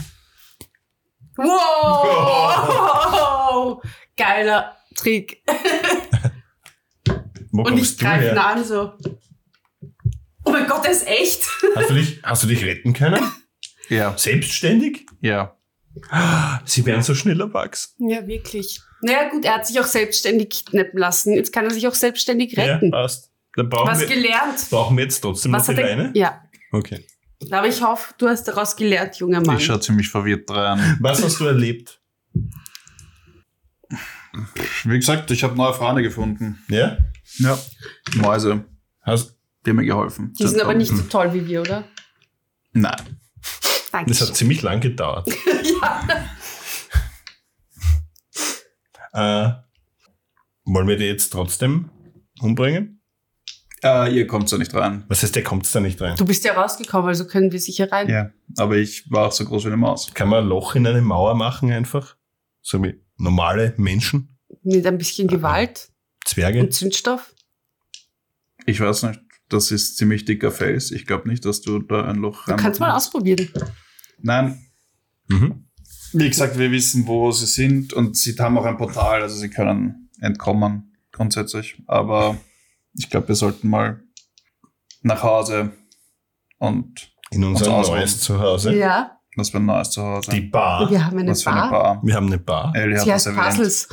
[SPEAKER 2] Wow! [LAUGHS] Geiler Trick.
[SPEAKER 3] Wo
[SPEAKER 2] Und ich
[SPEAKER 3] kommst du
[SPEAKER 2] greife ihn
[SPEAKER 3] her?
[SPEAKER 2] an so. Oh mein Gott, er ist echt.
[SPEAKER 3] Hast du, dich, hast du dich retten können?
[SPEAKER 4] Ja,
[SPEAKER 3] Selbstständig? Ah,
[SPEAKER 4] ja.
[SPEAKER 3] Sie werden so schnell erwachsen.
[SPEAKER 2] Ja, wirklich. Naja, gut, er hat sich auch selbstständig kidnappen lassen. Jetzt kann er sich auch selbstständig
[SPEAKER 3] Ja,
[SPEAKER 2] retten.
[SPEAKER 3] passt. Dann brauchen,
[SPEAKER 2] Was
[SPEAKER 3] wir,
[SPEAKER 2] gelernt?
[SPEAKER 3] brauchen wir jetzt trotzdem
[SPEAKER 2] Was
[SPEAKER 3] noch
[SPEAKER 2] hat
[SPEAKER 3] die
[SPEAKER 2] er?
[SPEAKER 3] Leine?
[SPEAKER 2] Ja,
[SPEAKER 3] Okay.
[SPEAKER 2] aber ich hoffe, du hast daraus gelernt, junger Mann.
[SPEAKER 4] Ich schaue ziemlich verwirrt rein.
[SPEAKER 3] Was hast du erlebt?
[SPEAKER 4] Wie gesagt, ich habe neue Freunde gefunden.
[SPEAKER 3] Ja?
[SPEAKER 4] Ja. Mäuse,
[SPEAKER 3] Hast,
[SPEAKER 4] die haben mir geholfen.
[SPEAKER 2] Die sind aber nicht so toll wie wir, oder?
[SPEAKER 4] Nein.
[SPEAKER 2] Danke.
[SPEAKER 3] das hat ziemlich lang
[SPEAKER 2] [LAUGHS]
[SPEAKER 3] gedauert. ja. äh, wollen wir die jetzt trotzdem umbringen?
[SPEAKER 4] Äh, ihr kommt so nicht rein.
[SPEAKER 3] Was heißt, der kommt da nicht rein?
[SPEAKER 2] Du bist ja rausgekommen, also können wir sicher rein.
[SPEAKER 4] Ja. Aber ich war auch so groß wie eine Maus.
[SPEAKER 3] Kann man ein Loch in eine Mauer machen einfach? So wie normale Menschen,
[SPEAKER 2] Mit ein bisschen Gewalt
[SPEAKER 3] Zwerge?
[SPEAKER 2] und Zündstoff.
[SPEAKER 4] Ich weiß nicht. Das ist ziemlich dicker Face. Ich glaube nicht, dass du da ein Loch
[SPEAKER 2] Du kannst mal ausprobieren.
[SPEAKER 4] Nein.
[SPEAKER 3] Mhm.
[SPEAKER 4] Wie gesagt, wir wissen, wo sie sind und sie haben auch ein Portal, also sie können entkommen, grundsätzlich. Aber ich glaube, wir sollten mal nach Hause und
[SPEAKER 3] In unser
[SPEAKER 4] Uns ausruhen.
[SPEAKER 3] neues Zuhause.
[SPEAKER 2] Ja,
[SPEAKER 4] was für ein neues Zuhause.
[SPEAKER 3] Die Bar.
[SPEAKER 2] wir haben eine
[SPEAKER 4] was für
[SPEAKER 2] Bar.
[SPEAKER 4] eine Bar.
[SPEAKER 3] Wir haben Ah, eine Bar.
[SPEAKER 4] Ellie hat
[SPEAKER 2] Sie
[SPEAKER 4] das
[SPEAKER 2] heißt [LAUGHS]
[SPEAKER 4] erwähnt.
[SPEAKER 2] Puzzles.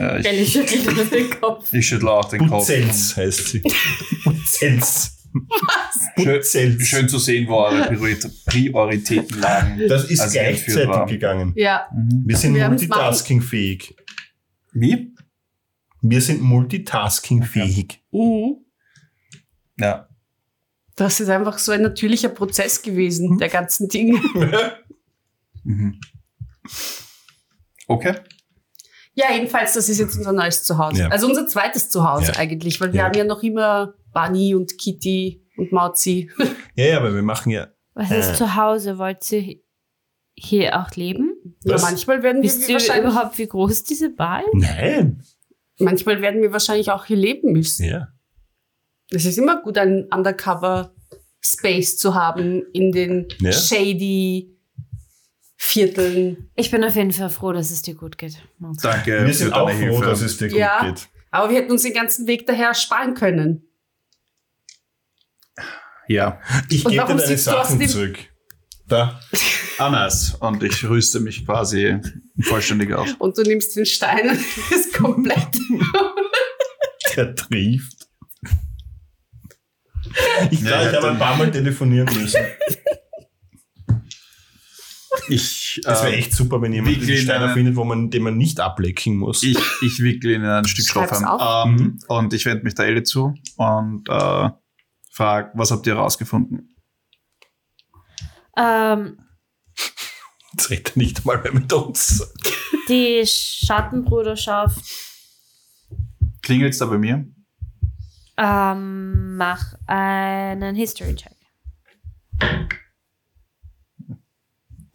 [SPEAKER 4] Ja, ich,
[SPEAKER 2] Ellie
[SPEAKER 3] Äh.
[SPEAKER 2] schüttelt mir den Kopf.
[SPEAKER 4] ich schüttle auch den Kopf.
[SPEAKER 3] Buzenz
[SPEAKER 2] [LAUGHS]
[SPEAKER 3] heißt sie. Buzenz.
[SPEAKER 4] Schön,
[SPEAKER 3] Buzenz.
[SPEAKER 4] schön zu sehen, wo eure Priorit- Prioritäten lagen.
[SPEAKER 3] Das ist
[SPEAKER 4] Als sie entführt
[SPEAKER 3] gleichzeitig
[SPEAKER 4] war.
[SPEAKER 3] gegangen.
[SPEAKER 2] Ja,
[SPEAKER 4] Mhm.
[SPEAKER 3] Wir sind
[SPEAKER 2] Wir haben's
[SPEAKER 3] multitaskingfähig.
[SPEAKER 4] Wie?
[SPEAKER 3] Wir sind multitaskingfähig.
[SPEAKER 2] Mhm.
[SPEAKER 4] Ja.
[SPEAKER 2] Das ist einfach so ein natürlicher Prozess gewesen, der ganzen Dinge.
[SPEAKER 4] Mhm. Okay.
[SPEAKER 2] [LAUGHS] Ja, jedenfalls, das ist jetzt unser neues Zuhause.
[SPEAKER 3] Ja.
[SPEAKER 2] Also unser zweites Zuhause
[SPEAKER 3] Ja.
[SPEAKER 2] eigentlich, weil wir
[SPEAKER 3] Ja.
[SPEAKER 2] haben ja noch immer Bunny und Kitty und Mauzi.
[SPEAKER 3] Ja, ja, aber wir machen ja.
[SPEAKER 5] Was ist
[SPEAKER 3] Äh.
[SPEAKER 5] zu Hause? Wollt ihr hier auch leben?
[SPEAKER 2] Ja,
[SPEAKER 3] Was?
[SPEAKER 2] manchmal werden wir
[SPEAKER 5] Wisst ihr
[SPEAKER 2] wahrscheinlich,
[SPEAKER 5] überhaupt, wie groß diese Bar ist?
[SPEAKER 3] Nein.
[SPEAKER 2] manchmal werden wir wahrscheinlich auch hier leben müssen.
[SPEAKER 3] Ja.
[SPEAKER 2] Es ist immer gut, einen Undercover Space zu haben in den
[SPEAKER 3] Ja.
[SPEAKER 2] shady Vierteln.
[SPEAKER 5] Ich bin auf jeden Fall froh, dass es dir gut geht. Monster.
[SPEAKER 4] Danke.
[SPEAKER 3] wir sind
[SPEAKER 4] für deine
[SPEAKER 3] auch froh,
[SPEAKER 4] Hilfe.
[SPEAKER 3] dass es dir gut
[SPEAKER 2] Ja.
[SPEAKER 3] geht.
[SPEAKER 2] Aber wir hätten uns den ganzen Weg daher sparen können.
[SPEAKER 4] ja.
[SPEAKER 3] Ich
[SPEAKER 2] Und
[SPEAKER 3] gebe dir
[SPEAKER 2] warum
[SPEAKER 3] deine
[SPEAKER 2] sitzt du aus
[SPEAKER 3] Sachen
[SPEAKER 2] dem-
[SPEAKER 3] zurück. Da.
[SPEAKER 4] Anders. Und ich rüste mich quasi vollständig auf.
[SPEAKER 2] Und du nimmst den Stein und [LAUGHS] ist komplett.
[SPEAKER 3] Der trieft. Ich glaube,
[SPEAKER 4] Ja, ja,
[SPEAKER 3] ich habe
[SPEAKER 4] dann-
[SPEAKER 3] ein paar Mal telefonieren müssen.
[SPEAKER 4] Ich,
[SPEAKER 3] Das wäre
[SPEAKER 4] äh,
[SPEAKER 3] echt super, wenn jemand
[SPEAKER 4] wie
[SPEAKER 3] diesen Stein
[SPEAKER 4] kleine-
[SPEAKER 3] erfindet, wo man, den man nicht ablecken muss.
[SPEAKER 4] ich, ich wickle ihn in ein Stück Stoff
[SPEAKER 2] Schreib's
[SPEAKER 4] an.
[SPEAKER 3] Mhm.
[SPEAKER 4] Ähm, und ich wende mich der Ellie zu und äh, frage, was habt ihr rausgefunden?
[SPEAKER 5] Ähm,
[SPEAKER 3] Jetzt redet er nicht mal mehr mit uns.
[SPEAKER 1] Die Schattenbruderschaft
[SPEAKER 4] Klingelt's da bei mir?
[SPEAKER 5] ähm, mach einen History-Check.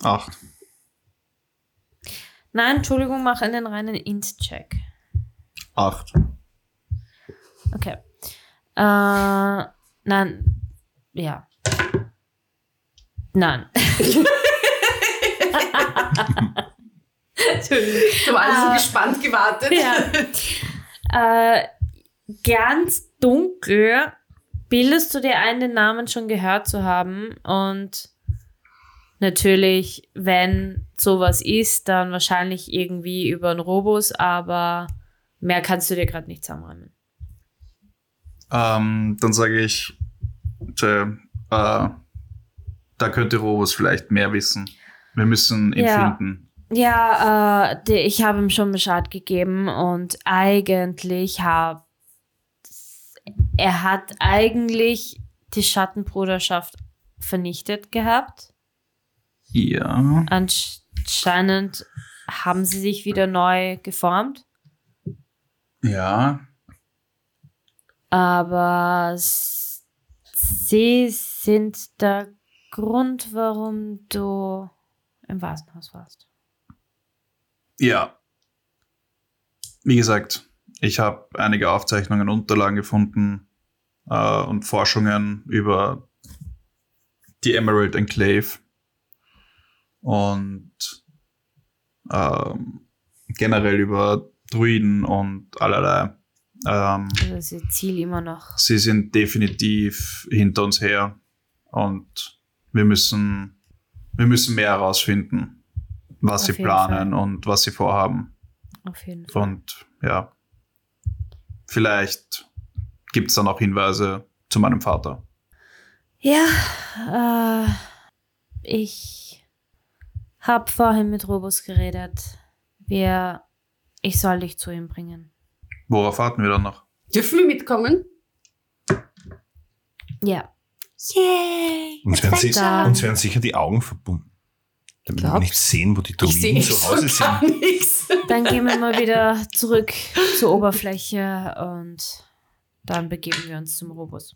[SPEAKER 4] Acht.
[SPEAKER 5] Nein, Entschuldigung, mach einen reinen Int-Check.
[SPEAKER 4] Acht.
[SPEAKER 5] Okay. Äh, nein. Ja. Nein.
[SPEAKER 2] Ich habe alle so
[SPEAKER 5] Ah.
[SPEAKER 2] gespannt gewartet.
[SPEAKER 5] Ja. äh, ganz dunkel bildest du dir ein, den Namen schon gehört zu haben. Und natürlich, wenn sowas ist, dann wahrscheinlich irgendwie über einen Robus, aber mehr kannst du dir gerade nicht zusammenräumen.
[SPEAKER 4] Ähm, dann sage ich, tja, äh, da könnte Robus vielleicht mehr wissen. Wir müssen ihn
[SPEAKER 5] Ja.
[SPEAKER 4] finden.
[SPEAKER 5] Ja, äh, die, ich habe ihm schon Bescheid gegeben und eigentlich hab er hat eigentlich die Schattenbruderschaft vernichtet gehabt.
[SPEAKER 4] Ja.
[SPEAKER 5] Anscheinend haben sie sich wieder neu geformt,
[SPEAKER 4] Ja.
[SPEAKER 5] aber s- sie sind der Grund, warum du im Wasenhaus warst.
[SPEAKER 4] Ja. Wie gesagt, ich habe einige Aufzeichnungen, Unterlagen gefunden äh, und Forschungen über die Emerald Enclave und ähm, generell über Druiden und allerlei. Ähm,
[SPEAKER 5] Also sie ziel immer noch.
[SPEAKER 4] sie sind definitiv hinter uns her und wir müssen, wir müssen mehr herausfinden, was
[SPEAKER 5] Auf
[SPEAKER 4] sie
[SPEAKER 5] jeden
[SPEAKER 4] planen und was sie vorhaben.
[SPEAKER 5] Auf jeden Fall.
[SPEAKER 4] Und ja, vielleicht gibt es dann auch Hinweise zu meinem Vater.
[SPEAKER 5] Ja, äh, ich hab vorhin mit Robus geredet. Wir, ich soll dich zu ihm bringen.
[SPEAKER 4] Worauf warten wir dann noch?
[SPEAKER 2] Dürfen wir mitkommen?
[SPEAKER 5] Ja,
[SPEAKER 1] Yay!
[SPEAKER 3] Uns werden, sie,
[SPEAKER 5] Dann-
[SPEAKER 3] uns werden sicher die Augen verbunden. Damit wir
[SPEAKER 2] Glaubst?
[SPEAKER 3] nicht sehen, wo die
[SPEAKER 2] Ich sehe
[SPEAKER 3] Druiden zu Hause
[SPEAKER 2] schon [LAUGHS]
[SPEAKER 3] sind.
[SPEAKER 2] gar nichts.
[SPEAKER 5] dann gehen wir mal wieder zurück zur Oberfläche und dann begeben wir uns zum Robus.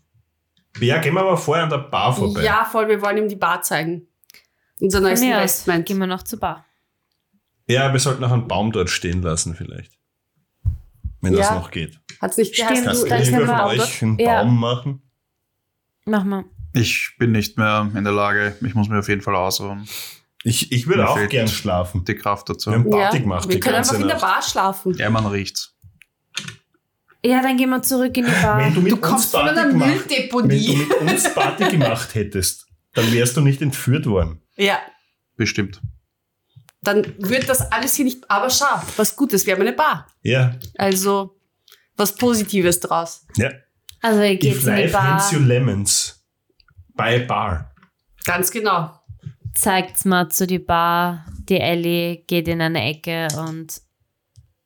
[SPEAKER 3] Ja, gehen wir aber vorher an der Bar vorbei.
[SPEAKER 2] Ja, voll, wir wollen ihm die Bar zeigen. Unser neues
[SPEAKER 5] Von mir aus
[SPEAKER 2] Investment.
[SPEAKER 5] Gehen wir noch zur Bar.
[SPEAKER 3] Ja, wir sollten noch einen Baum dort stehen lassen, vielleicht. Wenn das
[SPEAKER 2] Ja.
[SPEAKER 3] noch geht.
[SPEAKER 2] Hat's nicht
[SPEAKER 5] Stimmt,
[SPEAKER 2] geheißen,
[SPEAKER 3] Kannst
[SPEAKER 5] Kannst du- dann
[SPEAKER 2] willst
[SPEAKER 5] können
[SPEAKER 3] irgendwer
[SPEAKER 5] wir
[SPEAKER 3] von
[SPEAKER 5] auch
[SPEAKER 3] euch
[SPEAKER 5] dort-
[SPEAKER 3] einen
[SPEAKER 5] Ja.
[SPEAKER 3] Baum machen?
[SPEAKER 5] Mach mal.
[SPEAKER 4] Ich bin nicht mehr in der Lage, ich muss mir auf jeden Fall ausruhen.
[SPEAKER 3] Ich, ich
[SPEAKER 4] Mir
[SPEAKER 3] würde auch
[SPEAKER 4] fehlt
[SPEAKER 3] gern schlafen.
[SPEAKER 4] Die Kraft dazu.
[SPEAKER 3] Wir haben Party
[SPEAKER 2] ja,
[SPEAKER 3] gemacht
[SPEAKER 2] Wir
[SPEAKER 3] die
[SPEAKER 2] können
[SPEAKER 3] ganze
[SPEAKER 2] einfach in der
[SPEAKER 3] Nacht.
[SPEAKER 2] Bar schlafen.
[SPEAKER 4] Ja, man riecht's.
[SPEAKER 5] Ja, dann gehen wir zurück in die Bar.
[SPEAKER 3] Wenn du mit
[SPEAKER 2] Du kommst
[SPEAKER 3] uns
[SPEAKER 2] von
[SPEAKER 3] Party
[SPEAKER 2] einer
[SPEAKER 3] gemacht, wenn du
[SPEAKER 2] Mülldeponie.
[SPEAKER 3] mit uns Party gemacht hättest, dann wärst du nicht entführt worden.
[SPEAKER 2] Ja,
[SPEAKER 4] Bestimmt.
[SPEAKER 2] dann wird das alles hier nicht aber scharf. Was Gutes, wir haben eine Bar.
[SPEAKER 3] Ja.
[SPEAKER 2] Also was Positives draus.
[SPEAKER 3] ja.
[SPEAKER 5] Also ihr geht
[SPEAKER 3] If
[SPEAKER 5] in die
[SPEAKER 3] life
[SPEAKER 5] Bar,
[SPEAKER 3] hands you lemons, buy a bar.
[SPEAKER 2] Ganz genau.
[SPEAKER 5] zeigt's mal zu die Bar. Die Ellie geht in eine Ecke und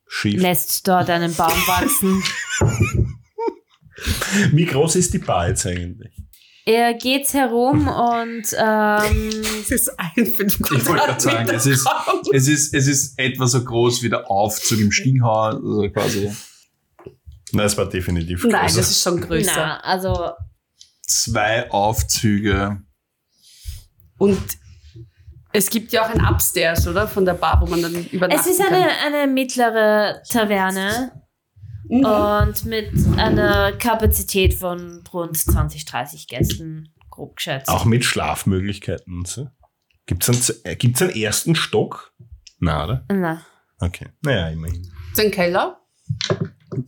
[SPEAKER 3] Schief.
[SPEAKER 5] lässt dort einen Baum wachsen.
[SPEAKER 3] Wie groß ist die Bar jetzt eigentlich?
[SPEAKER 5] er geht herum und ähm,
[SPEAKER 2] Es ist ein fünf
[SPEAKER 4] Ich wollte gerade sagen, es ist, es, ist, es ist etwa so groß wie der Aufzug im Stinghauer, also quasi
[SPEAKER 3] Nein, es war definitiv
[SPEAKER 2] Nein,
[SPEAKER 3] größer.
[SPEAKER 2] das ist schon größer.
[SPEAKER 5] na, also
[SPEAKER 4] zwei Aufzüge.
[SPEAKER 2] Und es gibt ja auch ein Upstairs, oder? Von der Bar, wo man dann übernachten
[SPEAKER 5] es ist eine, eine mittlere Taverne.
[SPEAKER 2] kann. Mhm.
[SPEAKER 5] Und mit einer Kapazität von rund 20, 30 Gästen, grob geschätzt.
[SPEAKER 3] Auch mit Schlafmöglichkeiten. und So. Gibt es einen, z- äh, gibt's einen ersten Stock? Na, oder?
[SPEAKER 5] Na,
[SPEAKER 3] Okay. Naja, immerhin.
[SPEAKER 2] Ist ein Keller?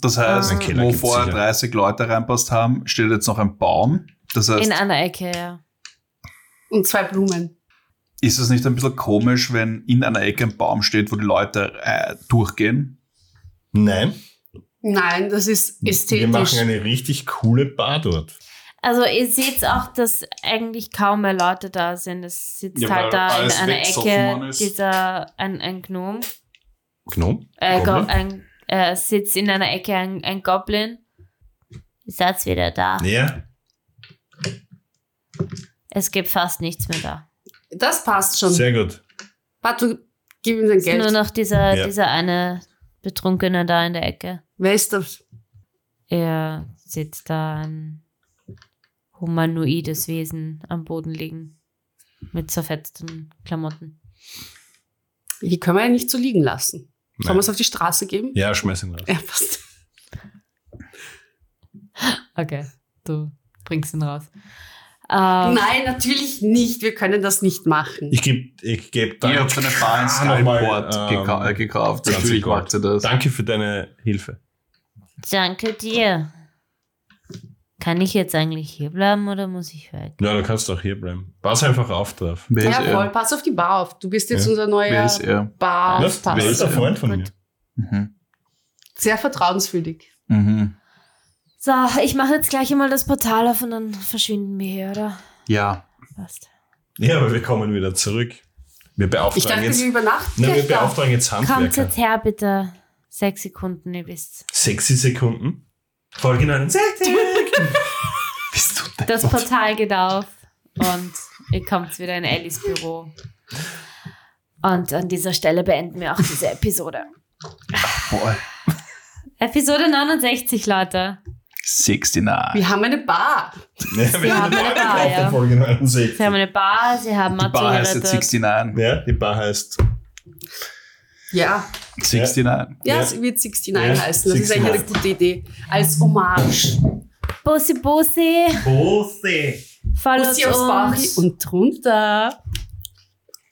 [SPEAKER 4] Das heißt,
[SPEAKER 5] Ah. Ein
[SPEAKER 3] Keller
[SPEAKER 4] wo
[SPEAKER 3] gibt's
[SPEAKER 4] vorher
[SPEAKER 3] sicher.
[SPEAKER 4] 30 Leute reinpasst haben, steht jetzt noch ein Baum. Das heißt,
[SPEAKER 5] in einer Ecke, ja.
[SPEAKER 2] Und zwei Blumen.
[SPEAKER 4] ist es nicht ein bisschen komisch, wenn in einer Ecke ein Baum steht, wo die Leute äh, durchgehen?
[SPEAKER 3] Nein,
[SPEAKER 2] Nein, das ist
[SPEAKER 3] wir machen
[SPEAKER 2] ästhetisch.
[SPEAKER 3] eine richtig coole Bar dort.
[SPEAKER 5] Also ihr seht auch, dass eigentlich kaum mehr Leute da sind. Es sitzt
[SPEAKER 4] Ja, weil
[SPEAKER 5] halt da in
[SPEAKER 4] alles
[SPEAKER 5] einer
[SPEAKER 4] weggesoffen worden
[SPEAKER 5] Ecke
[SPEAKER 4] ist.
[SPEAKER 5] dieser, ein, ein Gnom.
[SPEAKER 3] Gnom?
[SPEAKER 5] Äh, Go
[SPEAKER 3] Goblin?
[SPEAKER 5] ein, äh, es sitzt in einer Ecke ein, ein Goblin.
[SPEAKER 1] Ist das wieder da?
[SPEAKER 3] Ja.
[SPEAKER 5] Es gibt fast nichts mehr da.
[SPEAKER 2] Das passt schon.
[SPEAKER 3] Sehr gut.
[SPEAKER 2] Pato, gib ihm sein
[SPEAKER 5] Es ist nur
[SPEAKER 2] Geld.
[SPEAKER 5] noch dieser,
[SPEAKER 3] Ja.
[SPEAKER 5] dieser eine Betrunkene da in der Ecke.
[SPEAKER 2] Wer ist das?
[SPEAKER 5] Er sitzt da ein humanoides Wesen am Boden liegen. Mit zerfetzten Klamotten.
[SPEAKER 2] Hier können wir ja nicht so liegen lassen. Sollen
[SPEAKER 3] Nein.
[SPEAKER 2] wir es auf die Straße geben?
[SPEAKER 3] Ja, schmeiß ihn raus.
[SPEAKER 2] Ja, passt.
[SPEAKER 5] Okay, du bringst ihn raus. Ah. Ähm,
[SPEAKER 2] Nein, natürlich nicht. Wir können das nicht machen.
[SPEAKER 3] Ich gebe ich geb
[SPEAKER 4] Ihr
[SPEAKER 3] danke,
[SPEAKER 4] habt eine [LAUGHS] Bar in
[SPEAKER 3] Ah, nochmal,
[SPEAKER 4] Skyport geka
[SPEAKER 3] ähm,
[SPEAKER 4] äh, gekauft.
[SPEAKER 3] 20
[SPEAKER 4] Natürlich
[SPEAKER 3] Gold.
[SPEAKER 4] macht ihr das.
[SPEAKER 3] danke für deine Hilfe.
[SPEAKER 1] Danke dir.
[SPEAKER 5] Kann ich jetzt eigentlich hier bleiben oder muss ich weg?
[SPEAKER 3] Ja, du kannst auch hier bleiben. Pass einfach auf drauf.
[SPEAKER 4] Wer ist
[SPEAKER 2] ja, voll.
[SPEAKER 4] er?
[SPEAKER 2] Pass auf die Bar auf. Du bist jetzt
[SPEAKER 3] Ja.
[SPEAKER 2] unser
[SPEAKER 4] Wer
[SPEAKER 2] neuer
[SPEAKER 4] ist er?
[SPEAKER 2] Bar.
[SPEAKER 3] Wer ist der Freund von
[SPEAKER 5] Gut.
[SPEAKER 3] mir?
[SPEAKER 4] Mhm.
[SPEAKER 2] Sehr vertrauenswürdig.
[SPEAKER 4] Mhm.
[SPEAKER 5] So, ich mache jetzt gleich einmal das Portal auf und dann verschwinden wir hier, oder?
[SPEAKER 4] Ja.
[SPEAKER 5] Passt.
[SPEAKER 3] Ja, aber wir kommen wieder zurück. Wir
[SPEAKER 2] Ich
[SPEAKER 3] beauftragen
[SPEAKER 2] dachte,
[SPEAKER 3] jetzt,
[SPEAKER 2] wir übernachten.
[SPEAKER 3] na, wir
[SPEAKER 2] gleich da.
[SPEAKER 3] beauftragen jetzt
[SPEAKER 5] Kommt
[SPEAKER 3] Handwerker.
[SPEAKER 5] jetzt her, bitte. Sechs Sekunden, ihr wisst.
[SPEAKER 3] Sexy Sekunden. Folge 69.
[SPEAKER 4] Bist du denn?
[SPEAKER 5] Das Portal geht auf und ihr kommt wieder in Ellis Büro. Und an dieser Stelle beenden wir auch diese Episode.
[SPEAKER 4] Boah.
[SPEAKER 5] Episode 69, Leute.
[SPEAKER 4] 69.
[SPEAKER 2] Wir haben eine Bar.
[SPEAKER 3] Ja, [LAUGHS] wir haben eine
[SPEAKER 5] haben eine
[SPEAKER 3] neue
[SPEAKER 5] Bar,
[SPEAKER 3] gekauft,
[SPEAKER 5] ja.
[SPEAKER 3] die Folge 69.
[SPEAKER 5] Sie haben eine Bar, sie haben
[SPEAKER 4] Die Bar heißt jetzt
[SPEAKER 5] gerettet.
[SPEAKER 4] 69.
[SPEAKER 3] Ja, die Bar heißt.
[SPEAKER 2] Ja.
[SPEAKER 4] 69.
[SPEAKER 2] Ja,
[SPEAKER 3] Ja.
[SPEAKER 2] es wird 69
[SPEAKER 3] Ja,
[SPEAKER 2] heißen. Das ist
[SPEAKER 3] 69.
[SPEAKER 2] eigentlich eine gute Idee. Als Hommage.
[SPEAKER 5] Bussi, Bussi.
[SPEAKER 3] Hose.
[SPEAKER 5] Folgt
[SPEAKER 2] Bussi aufs Bauchi
[SPEAKER 5] uns.
[SPEAKER 2] und drunter.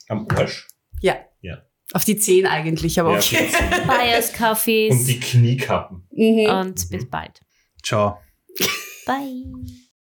[SPEAKER 3] Am Arsch.
[SPEAKER 2] Ja.
[SPEAKER 3] Ja.
[SPEAKER 2] Auf die 10 eigentlich, aber
[SPEAKER 3] Ja,
[SPEAKER 2] okay.
[SPEAKER 5] Bios [LAUGHS] Coffees.
[SPEAKER 3] Und die Kniekappen.
[SPEAKER 2] Mhm.
[SPEAKER 5] und bis bald.
[SPEAKER 4] Ciao.
[SPEAKER 1] Bye.